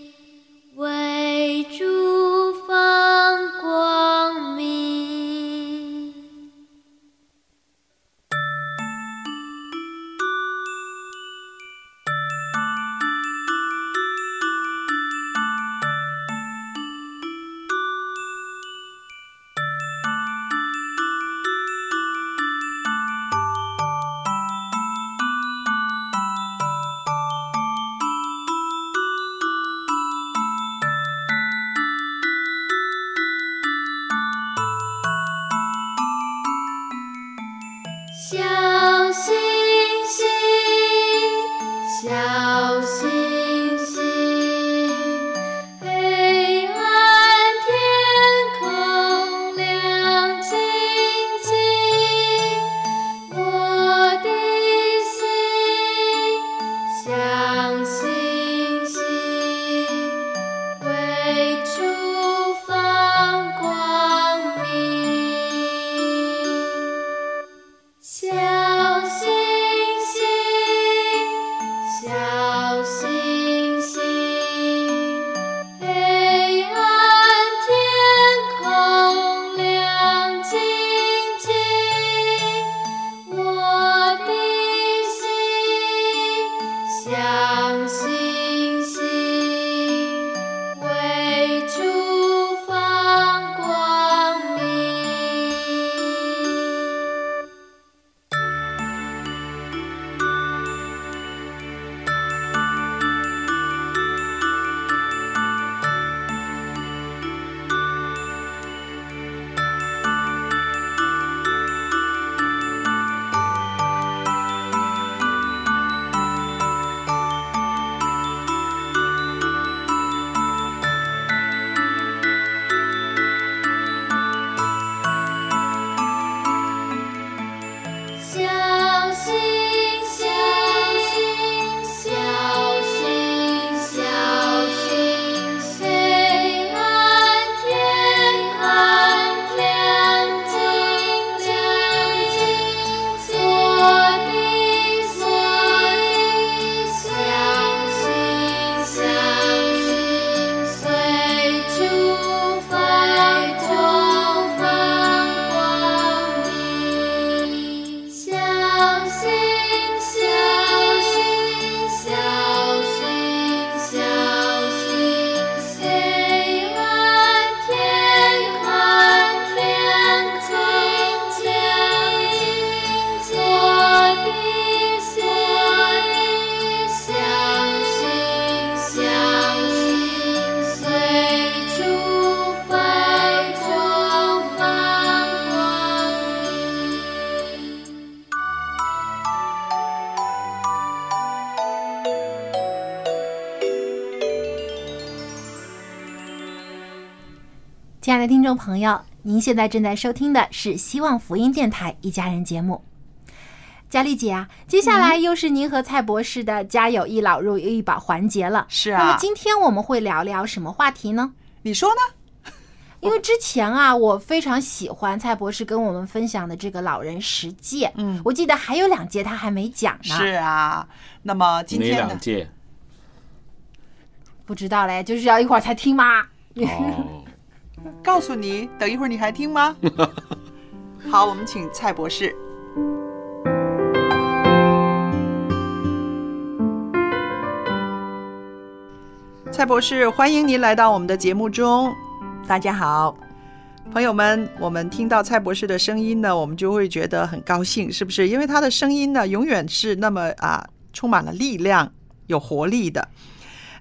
Speaker 4: 为主放光明。
Speaker 7: 小星星，
Speaker 8: 亲爱的听众朋友，您现在正在收听的是希望福音电台一家人节目。佳丽姐啊，接下来又是您和蔡博士的“家有一老，如有一宝”环节了。
Speaker 2: 是
Speaker 8: 啊。那么今天我们会聊聊什么话题呢？
Speaker 2: 你说呢？
Speaker 1: 因为之前啊，我非常喜欢蔡博士跟我们分享的这个老人十诫。嗯，我记得还有两节他还没讲呢。
Speaker 2: 是啊，那么今
Speaker 3: 哪
Speaker 2: 天呢
Speaker 3: 两届？
Speaker 1: 不知道嘞，就是要一会儿才听吗？
Speaker 3: 哦，
Speaker 2: 告诉你，等一会儿你还听吗？好，我们请蔡博士。蔡博士，欢迎您来到我们的节目中。大家好，朋友们，我们听到蔡博士的声音呢，我们就会觉得很高兴，是不是？因为他的声音呢，永远是那么啊，充满了力量，有活力的。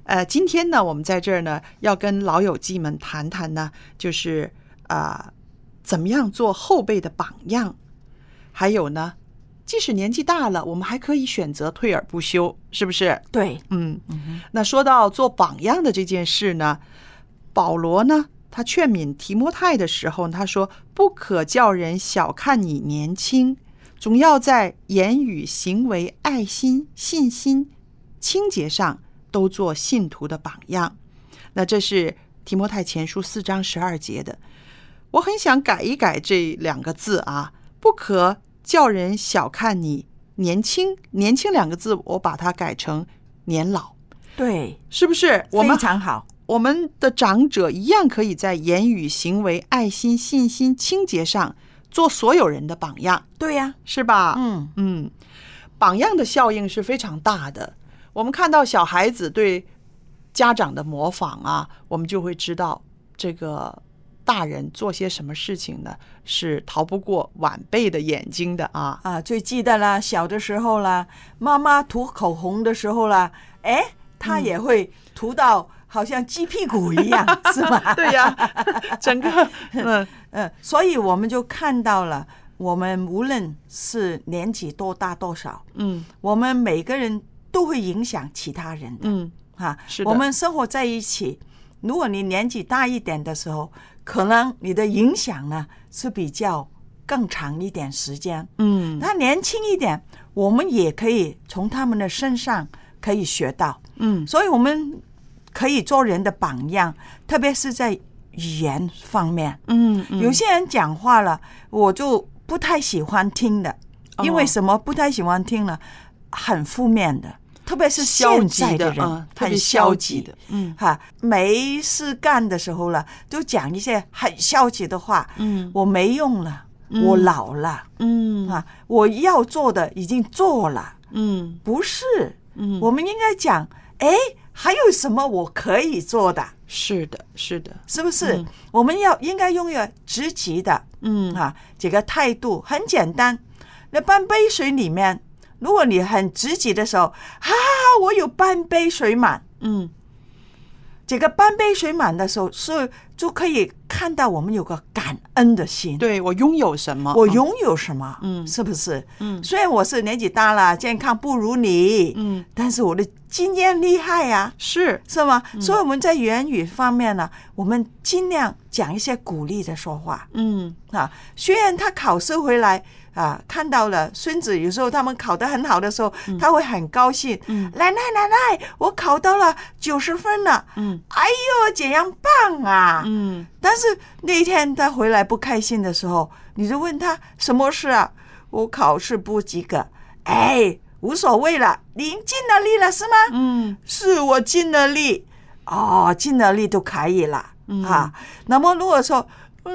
Speaker 2: 呃，今天呢，我们在这儿呢，要跟老友记们谈谈呢，就是啊、怎么样做后辈的榜样，还有呢，即使年纪大了，我们还可以选择退而不休，是不是？
Speaker 5: 对，
Speaker 2: 嗯。那说到做榜样的这件事呢，保罗呢，他劝勉提摩太的时候，他说：“不可叫人小看你年轻，总要在言语、行为、爱心、信心、清洁上都做信徒的榜样。”那这是提摩太前书四章十二节的。我很想改一改这两个字啊，不可叫人小看你年轻。年轻两个字，我把它改成年老。
Speaker 5: 对，
Speaker 2: 是不是？我们
Speaker 5: 非常好。
Speaker 2: 我们的长者一样可以在言语、行为、爱心、信心、清洁上做所有人的榜样，
Speaker 5: 对呀、
Speaker 2: 是吧？嗯嗯，榜样的效应是非常大的。我们看到小孩子对家长的模仿啊，我们就会知道这个大人做些什么事情呢，是逃不过晚辈的眼睛的啊。
Speaker 5: 啊，最记得啦，小的时候啦，妈妈涂口红的时候啦，哎，她
Speaker 2: 嗯
Speaker 5: 也会涂到好像鸡屁股一样，是吧？
Speaker 2: 对呀、整个嗯
Speaker 5: 嗯，所以我们就看到了，我们无论是年纪多大多少，
Speaker 2: 嗯
Speaker 5: 我们每个人都会影响其他人的。
Speaker 2: 嗯，
Speaker 5: 哈，
Speaker 2: 是的
Speaker 5: 我们生活在一起。如果你年纪大一点的时候，可能你的影响呢是比较更长一点时间。
Speaker 2: 嗯
Speaker 5: 他年轻一点，我们也可以从他们的身上可以学到。
Speaker 2: 嗯
Speaker 5: 所以我们可以做人的榜样，特别是在语言方面。
Speaker 2: 嗯嗯
Speaker 5: 有些人讲话了，我就不太喜欢听的，
Speaker 2: 哦
Speaker 5: 因为什么不太喜欢听了？很负面的，特别是现在
Speaker 2: 消极的
Speaker 5: 人，
Speaker 2: 啊特别
Speaker 5: 很
Speaker 2: 消
Speaker 5: 消
Speaker 2: 极
Speaker 5: 极
Speaker 2: 的嗯
Speaker 5: 哈，没事干的时候了，就讲一些很消极的话，
Speaker 2: 嗯
Speaker 5: 我没用了，
Speaker 2: 嗯
Speaker 5: 我老了，
Speaker 2: 嗯
Speaker 5: 啊，我要做的已经做了，
Speaker 2: 嗯
Speaker 5: 不是，
Speaker 2: 嗯
Speaker 5: 我们应该讲，哎，还有什么我可以做的？
Speaker 2: 是的，是的，
Speaker 5: 是不是？
Speaker 2: 嗯
Speaker 5: 我们要应该拥有积极的，
Speaker 2: 嗯
Speaker 5: 啊，这个态度很简单。那半杯水里面，如果你很积极的时候，啊，我有半杯水满，
Speaker 2: 嗯
Speaker 5: 这个半杯水满的时候，是就可以看到我们有个感恩的心，，
Speaker 2: 对我拥有什么？
Speaker 5: 我拥有什么，
Speaker 2: 嗯
Speaker 5: 是不是？
Speaker 2: 嗯
Speaker 5: 虽然我是年纪大了，健康不如你，
Speaker 2: 嗯
Speaker 5: 但是我的经验厉害呀、
Speaker 2: 是
Speaker 5: 是吗？
Speaker 2: 嗯
Speaker 5: 所以我们在言语方面呢，我们尽量讲一些鼓励的说话
Speaker 2: 嗯
Speaker 5: 啊。虽然他考试回来啊，看到了孙子，有时候他们考得很好的时候，他会很高兴。
Speaker 2: 嗯
Speaker 5: 奶奶奶奶，我考到了九十分了，
Speaker 2: 嗯
Speaker 5: 哎呦，怎样棒啊！
Speaker 2: 嗯
Speaker 5: 但是那一天他回来不开心的时候，你就问他什么事啊？我考试不及格，哎，无所谓了，你尽了力了是吗？
Speaker 2: 嗯
Speaker 5: 是我尽了力，哦，尽了力就可以了、
Speaker 2: 嗯
Speaker 5: 啊。那么如果说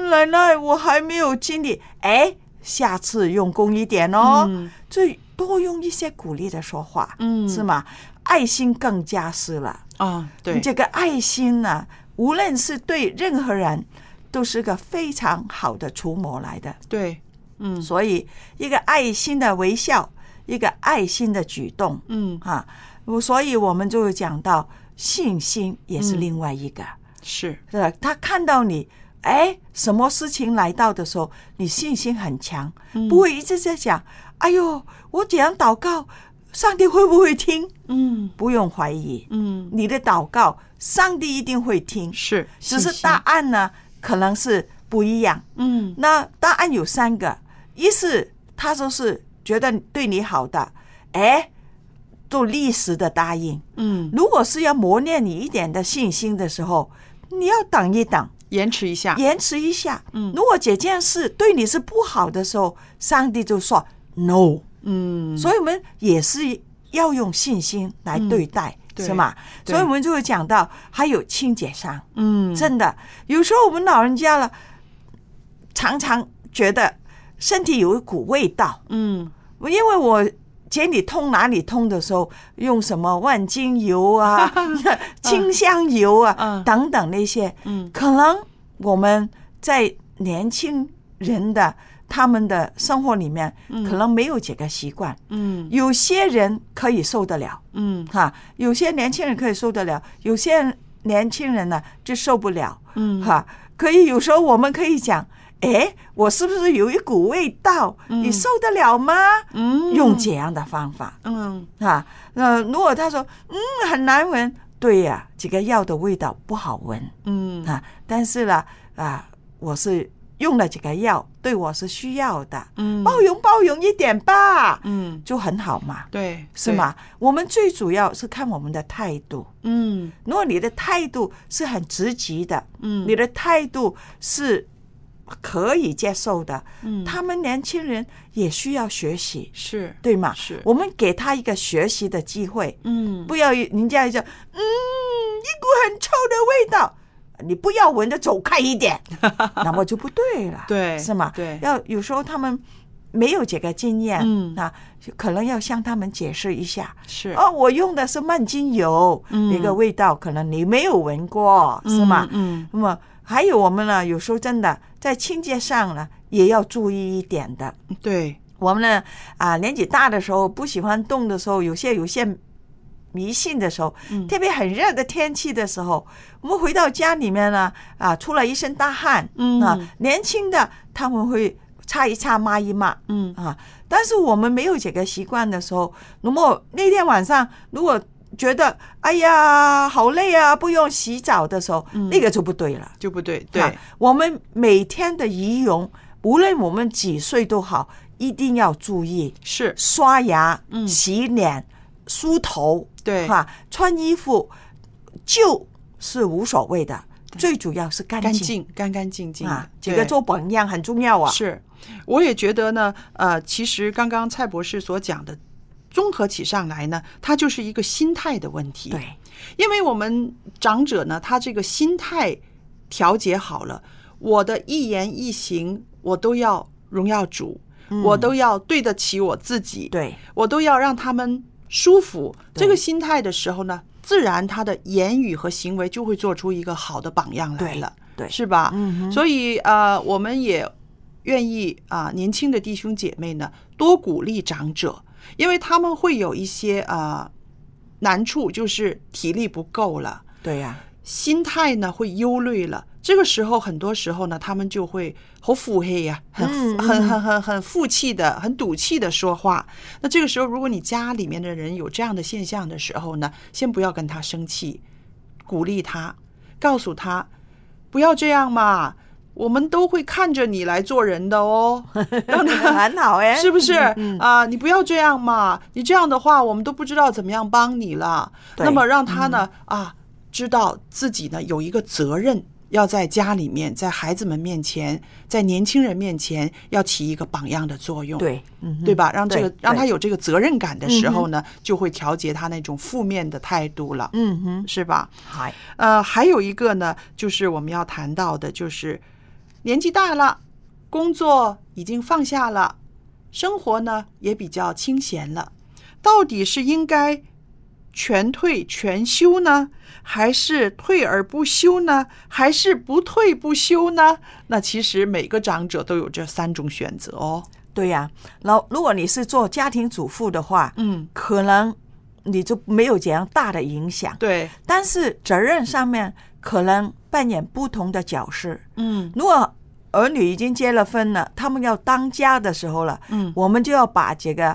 Speaker 5: 奶奶我还没有尽力，哎，下次用功一点哦，
Speaker 2: 嗯
Speaker 5: 就多用一些鼓励的说话，
Speaker 2: 嗯
Speaker 5: 是吗？爱心更加是了，
Speaker 2: 啊，对
Speaker 5: 你，这个爱心呢、无论是对任何人，都是个非常好的除魔来的。
Speaker 2: 对，嗯
Speaker 5: 所以，一个爱心的微笑，一个爱心的举动，
Speaker 2: 嗯
Speaker 5: 啊，我所以我们就有讲到信心也是
Speaker 2: 嗯
Speaker 5: 另外一个，
Speaker 2: 是，
Speaker 5: 是吧他看到你，哎，什么事情来到的时候，你信心很强，不会一直在讲，哎呦，我怎样祷告，上帝会不会听？
Speaker 2: 嗯
Speaker 5: 不用怀疑，
Speaker 2: 嗯
Speaker 5: 你的祷告，上帝一定会听，
Speaker 2: 是，
Speaker 5: 只
Speaker 2: 信
Speaker 5: 是
Speaker 2: 心
Speaker 5: 答案呢，可能是不一样。
Speaker 2: 嗯，
Speaker 5: 那答案有三个：一是他就是觉得对你好的，哎，就立时的答应；
Speaker 2: 嗯，
Speaker 5: 如果是要磨练你一点的信心的时候，你要等一等，
Speaker 2: 延迟一下，
Speaker 5: 延迟一下。嗯，如果这件事对你是不好的时候，上帝就说 no。
Speaker 2: 嗯，
Speaker 5: 所以我们也是要用信心来对待，
Speaker 2: 嗯对
Speaker 5: 是吗？
Speaker 2: 对
Speaker 5: 所以我们就会讲到还有清洁伤，
Speaker 2: 嗯，
Speaker 5: 真的，有时候我们老人家了，常常觉得身体有一股味道，
Speaker 2: 嗯
Speaker 5: 因为我。哪里痛哪里痛的时候，用什么万金油 啊、清香油啊等等那些，
Speaker 2: 嗯
Speaker 5: 可能我们在年轻人的他们的生活里面，可能没有这个习惯。
Speaker 2: 嗯
Speaker 5: 有些人可以受得了，
Speaker 2: 嗯
Speaker 5: 哈，有些年轻人可以受得了，有些年轻人呢就受不了，
Speaker 2: 嗯
Speaker 5: 哈。可以有时候我们可以讲，诶，我是不是有一股味道？你受得了吗？
Speaker 2: 嗯
Speaker 5: 用这样的方法
Speaker 2: 嗯
Speaker 5: 啊，那如果他说，嗯，很难闻，对呀、这个药的味道不好闻
Speaker 2: 嗯
Speaker 5: 啊，但是呢，啊，我是用了这个药，对我是需要的，
Speaker 2: 嗯
Speaker 5: 包容包容一点吧，
Speaker 2: 嗯，
Speaker 5: 就很好嘛。
Speaker 2: 对，
Speaker 5: 是吗？我们最主要是看我们的态度。
Speaker 2: 对？嗯
Speaker 5: 如果你的态度是很积极的，
Speaker 2: 嗯，
Speaker 5: 你的态度是可以接受的，
Speaker 2: 嗯
Speaker 5: 他们年轻人也需要学习，
Speaker 2: 是
Speaker 5: 对吗？
Speaker 2: 是
Speaker 5: 我们给他一个学习的机会，
Speaker 2: 嗯
Speaker 5: 不要人家就嗯一股很臭的味道，你不要闻的走开一 点，那么就不对了，
Speaker 2: 对
Speaker 5: 是吗？
Speaker 2: 对
Speaker 5: 要有时候他们没有这个经验，
Speaker 2: 嗯
Speaker 5: 啊，就可能要向他们解释一下。
Speaker 2: 是
Speaker 5: 哦，我用的是曼精油，
Speaker 2: 嗯
Speaker 5: 那个味道可能你没有闻过，是吗？
Speaker 2: 嗯
Speaker 5: 那么还有我们呢，有时候真的在清洁上呢，也要注意一点的。
Speaker 2: 嗯对，
Speaker 5: 我们呢啊，年纪大的时候不喜欢动的时候，有些有些迷信的时候，
Speaker 2: 嗯
Speaker 5: 特别很热的天气的时候，我们回到家里面呢啊，出了一身大汗，
Speaker 2: 嗯
Speaker 5: 啊，年轻的他们会擦一擦、抹一抹
Speaker 2: 嗯
Speaker 5: 啊，但是我们没有这个习惯的时候，那么那天晚上如果觉得哎呀好累啊，不用洗澡的时候，
Speaker 2: 嗯
Speaker 5: 那个就不对了。
Speaker 2: 就不对，
Speaker 5: 啊
Speaker 2: 对，
Speaker 5: 我们每天的仪容，无论我们几岁都好，一定要注意
Speaker 2: 是，
Speaker 5: 刷牙、
Speaker 2: 嗯
Speaker 5: 洗脸、梳头，
Speaker 2: 对
Speaker 5: 哈、穿衣服就是无所谓的，最主要是干
Speaker 2: 干
Speaker 5: 净
Speaker 2: 净干干净净
Speaker 5: 啊
Speaker 2: 的，，
Speaker 5: 这
Speaker 2: 对
Speaker 5: 个做榜样很重要啊。
Speaker 2: 是，我也觉得呢，呃，其实刚刚蔡博士所讲的，综合起上来呢，它就是一个心态的问题。
Speaker 5: 对，
Speaker 2: 因为我们长者呢，他这个心态调节好了，我的一言一行我都要荣耀主，我都要对得起我自己，
Speaker 5: 嗯对，
Speaker 2: 我都要让他们舒服。
Speaker 5: 对
Speaker 2: 这个心态的时候呢，自然他的言语和行为就会做出一个好的榜样来
Speaker 5: 对
Speaker 2: 了，
Speaker 5: 对
Speaker 2: 是吧？
Speaker 5: 嗯哼
Speaker 2: 所以呃，我们也愿意啊、年轻的弟兄姐妹呢，多鼓励长者，因为他们会有一些啊、呃难处，就是体力不够了。
Speaker 5: 对呀、
Speaker 2: 心态呢会忧虑了。这个时候，很多时候呢，他们就会好腹黑呀、很
Speaker 5: 嗯
Speaker 2: 很
Speaker 5: 嗯
Speaker 2: 很很很负气的、很赌气的说话。那这个时候，如果你家里面的人有这样的现象的时候呢，先不要跟他生气，鼓励他，告诉他不要这样嘛，我们都会看着你来做人的哦。 让他
Speaker 5: 很好哎、
Speaker 2: 是不是啊、
Speaker 5: 嗯
Speaker 2: 你不要这样嘛！你这样的话，我们都不知道怎么样帮你了。
Speaker 5: 对嗯
Speaker 2: 那么让他呢、啊，知道自己呢有一个责任，要在家里面，在孩子们面前，在年轻人面前，要起一个榜样的作用，
Speaker 5: 对，嗯哼
Speaker 2: 对吧？让这个
Speaker 5: 对
Speaker 2: 让他
Speaker 5: 对
Speaker 2: 有这个责任感的时候呢，就会调节他那种负面的态度了，
Speaker 5: 嗯哼，
Speaker 2: 是吧？
Speaker 5: 好，
Speaker 2: 呃，还有一个呢，就是我们要谈到的，就是年纪大了，工作已经放下了，生活呢也比较清闲了，到底是应该全退全休呢，还是退而不休呢，还是不退不休呢？那其实每个长者都有这三种选择哦。
Speaker 5: 对呀、然后如果你是做家庭主妇的话，
Speaker 2: 嗯，
Speaker 5: 可能你就没有这样大的影响。
Speaker 2: 对，
Speaker 5: 但是责任上面可能扮演不同的角色。
Speaker 2: 嗯
Speaker 5: 如果儿女已经结了婚了，他们要当家的时候了，
Speaker 2: 嗯
Speaker 5: 我们就要把这个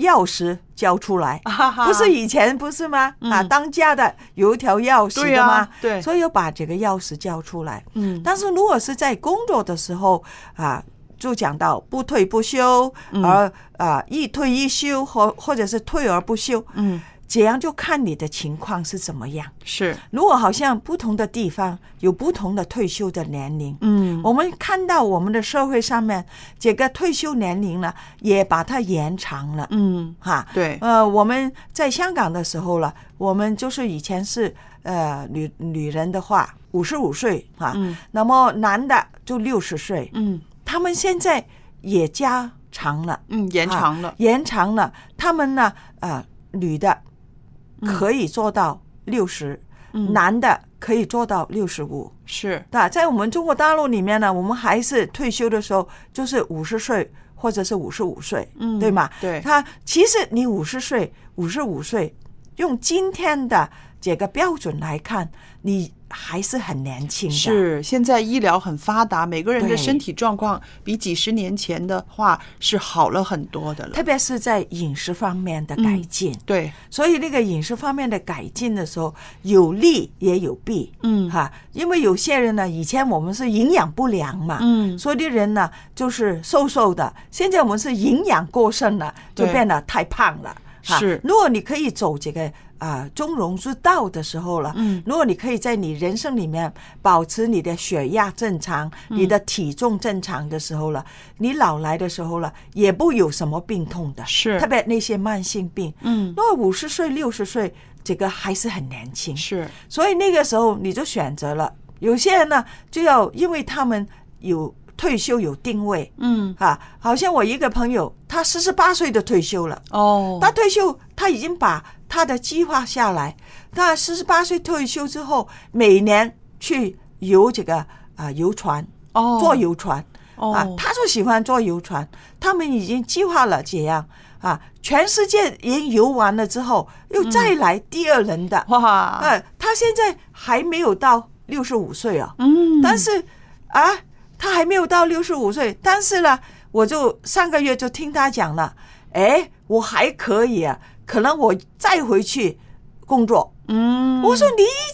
Speaker 5: 钥匙交出来，
Speaker 2: 哈哈
Speaker 5: 不是以前不是吗？啊，当家的有一条钥匙
Speaker 2: 对
Speaker 5: 的
Speaker 2: 呀
Speaker 5: 吗？
Speaker 2: 嗯对
Speaker 5: 所以要把这个钥匙交出来。
Speaker 2: 嗯
Speaker 5: 但是如果是在工作的时候啊，就讲到不退不休，
Speaker 2: 嗯
Speaker 5: 而啊一退一休，或或者是退而不休，
Speaker 2: 嗯，
Speaker 5: 这样就看你的情况是怎么样。
Speaker 2: 是，
Speaker 5: 如果好像不同的地方有不同的退休的年龄，
Speaker 2: 嗯
Speaker 5: 我们看到我们的社会上面这个退休年龄呢，也把它延长了，
Speaker 2: 嗯，
Speaker 5: 哈，
Speaker 2: 对
Speaker 5: 呃，我们在香港的时候了，我们就是以前是呃女女人的话五十五岁哈，
Speaker 2: 嗯
Speaker 5: 那么男的就六十岁，
Speaker 2: 嗯
Speaker 5: 他们现在也加长了，
Speaker 2: 嗯，延
Speaker 5: 啊
Speaker 2: 长了，
Speaker 5: 延长了。他们呢，呃，女的可以做到六十、
Speaker 2: 嗯
Speaker 5: 男的可以做到六十五。
Speaker 2: 是，
Speaker 5: 那在我们中国大陆里面呢，我们还是退休的时候就是五十岁或者是五十五岁，
Speaker 2: 嗯
Speaker 5: 对吗？
Speaker 2: 对
Speaker 5: 他其实你五十岁、五十五岁，用今天的这个标准来看，你还是很年轻的。
Speaker 2: 是，现在医疗很发达，每个人的
Speaker 5: 对
Speaker 2: 身体状况比几十年前的话是好了很多的了。
Speaker 5: 特别是在饮食方面的改进，
Speaker 2: 对，
Speaker 5: 所以那个饮食方面的改进的时候，有利也有弊，
Speaker 2: 嗯
Speaker 5: 哈，因为有些人呢，以前我们是营养不良嘛，
Speaker 2: 嗯
Speaker 5: 所以的人呢就是瘦瘦的，现在我们是营养过剩了，就
Speaker 2: 对
Speaker 5: 变得太胖了。哈
Speaker 2: 是
Speaker 5: 如果你可以走这个啊、中庸之道的时候了，
Speaker 2: 嗯
Speaker 5: 如果你可以在你人生里面保持你的血压正常、
Speaker 2: 嗯
Speaker 5: 你的体重正常的时候了，你老来的时候了，也不有什么病痛的，
Speaker 2: 是
Speaker 5: 特别那些慢性病，
Speaker 2: 嗯
Speaker 5: 那五十岁、六十岁，这个还是很年轻，
Speaker 2: 是，
Speaker 5: 所以那个时候你就选择了。有些人呢，就要因为他们有退休有定位
Speaker 2: 嗯，
Speaker 5: 啊，好像我一个朋友，他四十八岁的退休了，
Speaker 2: 哦，
Speaker 5: 他退休他已经把他的计划下来，他四十八岁退休之后，每年去游这个啊、游船，
Speaker 2: 哦，
Speaker 5: 坐游船。啊
Speaker 2: 哦，，
Speaker 5: 他就喜欢坐游船，他们已经计划了这样啊，全世界人游完了之后，又
Speaker 2: 嗯
Speaker 5: 再来第二轮的，
Speaker 2: 哇，
Speaker 5: 呃，他现在还没有到六十五岁啊，
Speaker 2: 嗯，
Speaker 5: 但是啊，他还没有到六十五岁，但是呢，我就上个月就听他讲了，哎，我还可以啊，可能我再回去工作，
Speaker 2: 嗯，
Speaker 5: 我说你已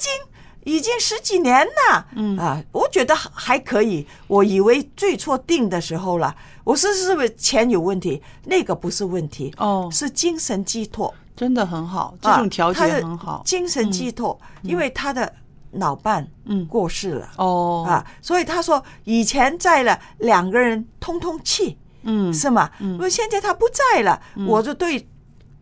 Speaker 5: 经已经十几年了，
Speaker 2: 嗯
Speaker 5: 啊，我觉得还可以。我以为最初定的时候了，我是是不是钱有问题？那个不是问题，
Speaker 2: 哦，
Speaker 5: 是精神寄托。
Speaker 2: 真的很好，这
Speaker 5: 啊
Speaker 2: 种调节
Speaker 5: 他的
Speaker 2: 很好，
Speaker 5: 精神寄托，因为他的脑瓣
Speaker 2: 嗯，
Speaker 5: 过世了、
Speaker 2: 哦，
Speaker 5: 啊，所以他说以前在了两个人通通气，
Speaker 2: 嗯，
Speaker 5: 是吗？
Speaker 2: 嗯
Speaker 5: 因为现在他不在了，我就对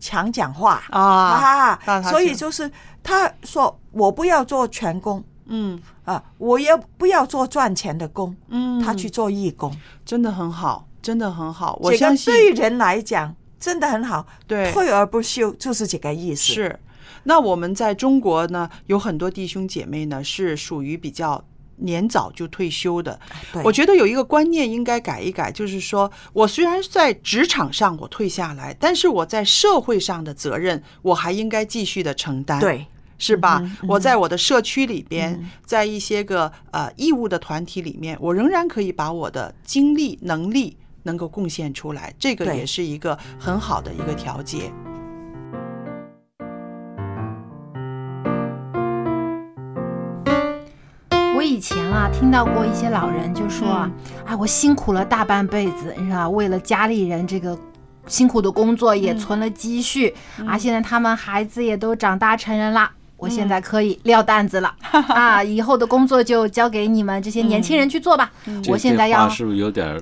Speaker 5: 墙讲话
Speaker 2: 啊，那
Speaker 5: 啊，
Speaker 2: 他
Speaker 5: 所以
Speaker 2: 讲
Speaker 5: 就是他说我不要做全工。
Speaker 2: 嗯
Speaker 5: 啊，我也不要做赚钱的工，
Speaker 2: 嗯，
Speaker 5: 他去做义工，
Speaker 2: 真的很好，真的很好，
Speaker 5: 这
Speaker 2: 我
Speaker 5: 个
Speaker 2: 相信
Speaker 5: 对人来讲真的很好，
Speaker 2: 对
Speaker 5: 退而不休就是这个意思。，
Speaker 2: 是，那我们在中国呢，有很多弟兄姐妹呢是属于比较年早就退休的。
Speaker 5: 对，
Speaker 2: 我觉得有一个观念应该改一改，就是说我虽然在职场上我退下来，但是我在社会上的责任我还应该继续的承担。。
Speaker 5: 对，
Speaker 2: 是吧？
Speaker 5: 嗯哼嗯
Speaker 2: 我在我的社区里边，在一些个呃义务的团体里面，我仍然可以把我的精力、能力能够贡献出来，这个
Speaker 5: 对
Speaker 2: 也是一个很好的一个调节。
Speaker 1: 我以前啊，听到过一些老人就说啊，哎，我辛苦了大半辈子，你知道，为了家里人这个辛苦的工作，也存了积蓄、啊。现在他们孩子也都长大成人啦，我现在可以撂担子了、啊，以后的工作就交给你们这些年轻人去做吧。
Speaker 3: 这
Speaker 1: 我现在
Speaker 3: 这话
Speaker 1: 要
Speaker 3: 是不是有点儿？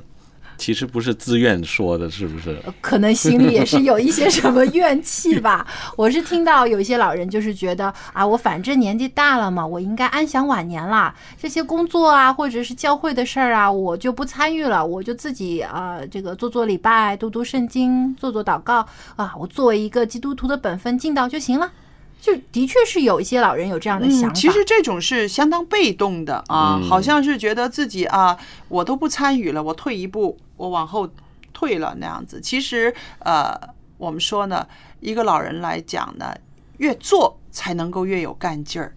Speaker 3: 其实不是自愿说的，是不是？
Speaker 1: 可能心里也是有一些什么怨气吧。 我是听到有一些老人就是觉得啊，我反正年纪大了嘛，我应该安享晚年啦。这些工作啊，或者是教会的事儿啊，我就不参与了，我就自己啊、呃这个做做礼拜、读读圣经、做做祷告啊，我作为一个基督徒的本分尽到就行了。就的确是有一些老人有这样的想法，
Speaker 2: 嗯其实这种是相当被动的啊，
Speaker 3: 嗯
Speaker 2: 好像是觉得自己啊，我都不参与了，我退一步，我往后退了那样子。其实呃，我们说呢，一个老人来讲呢，越做才能够越有干劲儿，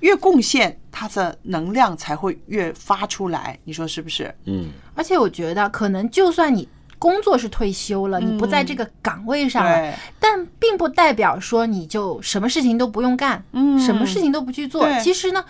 Speaker 2: 越贡献，他的能量才会越发出来。你说是不是？
Speaker 3: 嗯，
Speaker 1: 而且我觉得，可能就算你工作是退休了，你不在
Speaker 2: 嗯
Speaker 1: 这个岗位上了
Speaker 2: 对，
Speaker 1: 但并不代表说你就什么事情都不用干，
Speaker 2: 嗯
Speaker 1: 什么事情都不去做。
Speaker 2: 对
Speaker 1: 其实呢，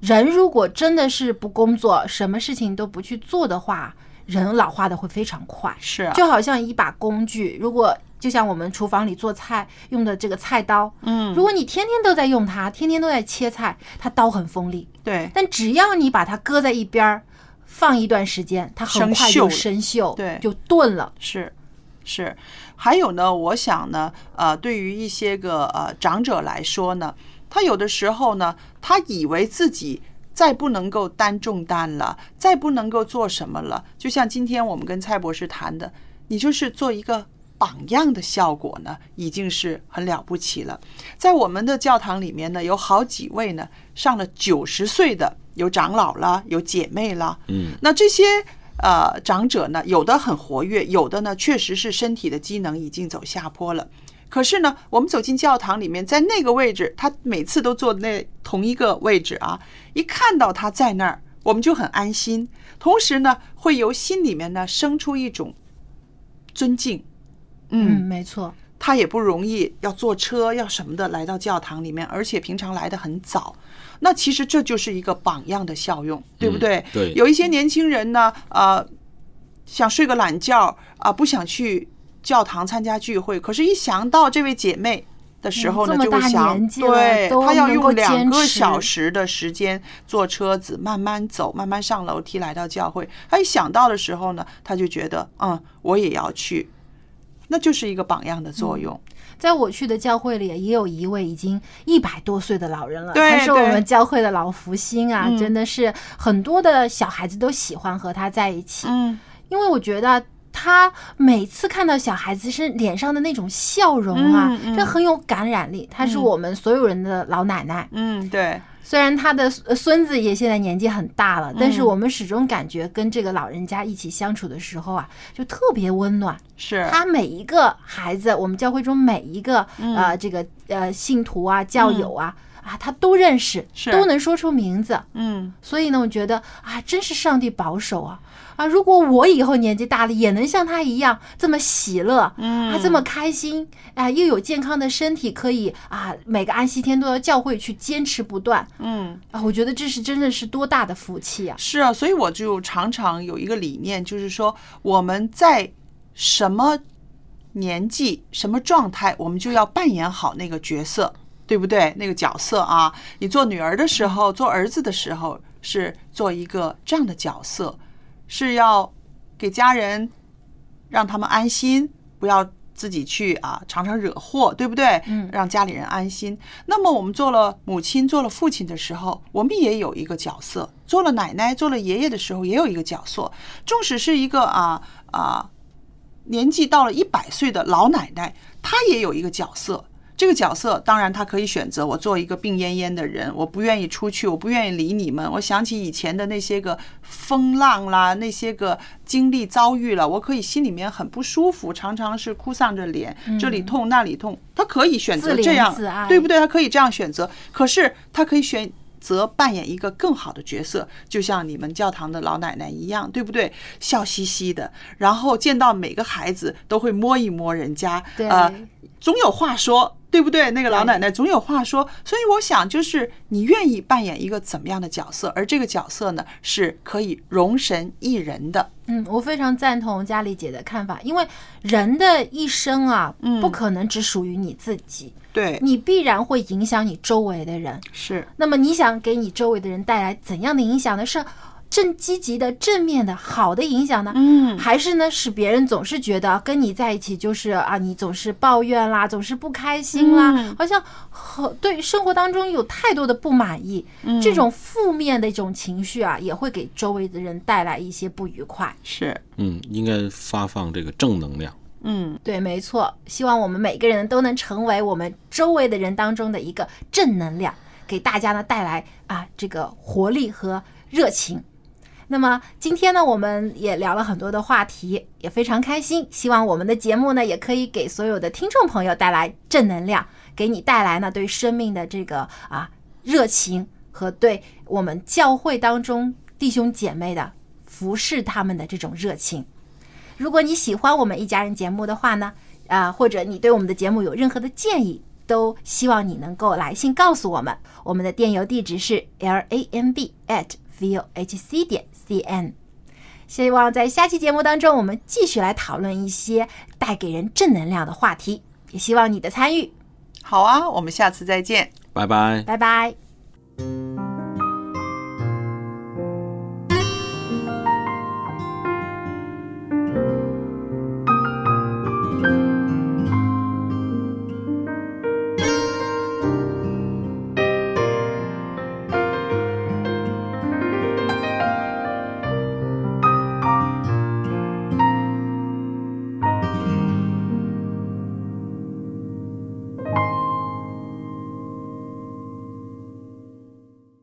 Speaker 1: 人如果真的是不工作，什么事情都不去做的话，人老化的会非常快。
Speaker 2: 是啊
Speaker 1: 就好像一把工具，如果就像我们厨房里做菜用的这个菜刀，
Speaker 2: 嗯
Speaker 1: 如果你天天都在用它，天天都在切菜，它刀很锋利，
Speaker 2: 对，
Speaker 1: 但只要你把它搁在一边儿，放一段时间，它很
Speaker 2: 生
Speaker 1: 快
Speaker 2: 锈
Speaker 1: 就
Speaker 2: 了
Speaker 1: 生锈，
Speaker 2: 对
Speaker 1: 就钝了。
Speaker 2: 是是，还有呢，我想呢，呃，对于一些个呃长者来说呢，他有的时候呢，他以为自己。再不能够担重担了，再不能够做什么了。就像今天我们跟蔡博士谈的，你就是做一个榜样的效果呢，已经是很了不起了。在我们的教堂里面呢，有好几位呢上了九十岁的，有长老啦，有姐妹啦，
Speaker 3: 嗯
Speaker 2: 那这些呃长者呢，有的很活跃，有的呢确实是身体的机能已经走下坡了。可是呢，我们走进教堂里面，在那个位置，他每次都坐那同一个位置啊，一看到他在那儿，我们就很安心。同时呢，会由心里面呢生出一种尊敬，
Speaker 1: 嗯，没错，
Speaker 2: 他也不容易要坐车要什么的来到教堂里面，而且平常来的很早。那其实这就是一个榜样的效用，对
Speaker 3: 嗯
Speaker 2: 不对？
Speaker 3: 对
Speaker 2: 有一些年轻人呢，呃，想睡个懒觉啊、不想去教堂参加聚会，可是，一想到这位姐妹。的时候呢，
Speaker 1: 嗯这么
Speaker 2: 就
Speaker 1: 大
Speaker 2: 会想
Speaker 1: 年，纪了
Speaker 2: 对
Speaker 1: 都
Speaker 2: 她要
Speaker 1: 能
Speaker 2: 用
Speaker 1: 够
Speaker 2: 两个
Speaker 1: 坚持
Speaker 2: 小时的时间坐车子，慢慢走，慢慢上楼梯来到教会。她一想到的时候呢，她就觉得，嗯，我也要去，那就是一个榜样的作用。
Speaker 1: 在我去的教会里，也有一位已经一百多岁的老人了，
Speaker 2: 对
Speaker 1: 他是我
Speaker 2: 对
Speaker 1: 们教会的老福星啊，
Speaker 2: 嗯
Speaker 1: 真的是很多的小孩子都喜欢和他在一起，
Speaker 2: 嗯，
Speaker 1: 因为我觉得。他每次看到小孩子身脸上的那种笑容啊
Speaker 2: 嗯，嗯
Speaker 1: 这很有感染力。她是
Speaker 2: 嗯
Speaker 1: 我们所有人的老奶奶，
Speaker 2: 嗯，对，
Speaker 1: 虽然他的呃孙子也现在年纪很大了，但是
Speaker 2: 嗯
Speaker 1: 我们始终感觉跟这个老人家一起相处的时候啊，就特别温暖。
Speaker 2: 是，
Speaker 1: 他每一个孩子，我们教会中每一个、
Speaker 2: 嗯
Speaker 1: 呃这个呃信徒啊、教友啊、啊，他都认识，
Speaker 2: 是
Speaker 1: 都能说出名字。
Speaker 2: 嗯，
Speaker 1: 所以呢，我觉得啊，真是上帝保守啊啊！如果我以后年纪大了，也能像他一样这么喜乐，
Speaker 2: 嗯
Speaker 1: 啊，这么开心啊，又有健康的身体，可以啊，每个安息天都要教会去坚持不断
Speaker 2: 嗯，
Speaker 1: 啊！我觉得这是真的是多大的福气啊！
Speaker 2: 是啊，所以我就常常有一个理念，就是说我们在什么年纪、什么状态，我们就要扮演好那个角色，对不对？那个角色啊，你做女儿的时候，做儿子的时候，是做一个这样的角色，是要给家人让他们安心，不要自己去啊常常惹祸，对不对？
Speaker 1: 嗯
Speaker 2: 让家里人安心。那么我们做了母亲、做了父亲的时候，我们也有一个角色；做了奶奶、做了爷爷的时候，也有一个角色。纵使是一个啊啊年纪到了一百岁的老奶奶，她也有一个角色。这个角色，当然她可以选择我做一个病恹恹的人，我不愿意出去，我不愿意理你们。我想起以前的那些个风浪啦，那些个经历遭遇了，我可以心里面很不舒服，常常是哭丧着脸，这里痛那里痛。她可以选
Speaker 1: 自
Speaker 2: 择
Speaker 1: 怜
Speaker 2: 这样
Speaker 1: 嗯自爱，
Speaker 2: 对不对？她可以这样选择，可是她可以选。择扮演一个更好的角色，就像你们教堂的老奶奶一样，对不对？笑嘻嘻的，然后见到每个孩子都会摸一摸人家，
Speaker 1: 对
Speaker 2: 呃，总有话说，对不对？那个老奶奶总有话说，所以我想，就是你愿意扮演一个怎么样的角色，而这个角色呢，是可以容神一人的。
Speaker 1: 嗯，我非常赞同佳丽姐的看法，因为人的一生啊，
Speaker 2: 嗯
Speaker 1: 不可能只属于你自己，
Speaker 2: 对，
Speaker 1: 你必然会影响你周围的人。
Speaker 2: 是，
Speaker 1: 那么你想给你周围的人带来怎样的影响呢？是正积极的、正面的、好的影响呢？
Speaker 2: 嗯
Speaker 1: 还是呢，使别人总是觉得跟你在一起就是啊，你总是抱怨啦，总是不开心啦，
Speaker 2: 嗯
Speaker 1: 好像和对生活当中有太多的不满意，
Speaker 2: 嗯
Speaker 1: 这种负面的一种情绪啊，也会给周围的人带来一些不愉快。
Speaker 2: 是，
Speaker 3: 嗯，应该发放这个正能量。
Speaker 2: 嗯，
Speaker 1: 对，没错。希望我们每个人都能成为我们周围的人当中的一个正能量，给大家呢带来啊这个活力和热情。那么今天呢，我们也聊了很多的话题，也非常开心。希望我们的节目呢，也可以给所有的听众朋友带来正能量，给你带来呢对生命的这个啊热情和对我们教会当中弟兄姐妹的服侍他们的这种热情。如果你喜欢我们一家人节目的话呢，啊、或者你对我们的节目有任何的建议，都希望你能够来信告诉我们。我们的电邮地址是 l a m b at v o h c 点 c n。希望在下期节目当中，我们继续来讨论一些带给人正能量的话题，也希望你的参与。
Speaker 2: 好啊，我们下次再见。
Speaker 3: 拜拜。
Speaker 1: 拜拜。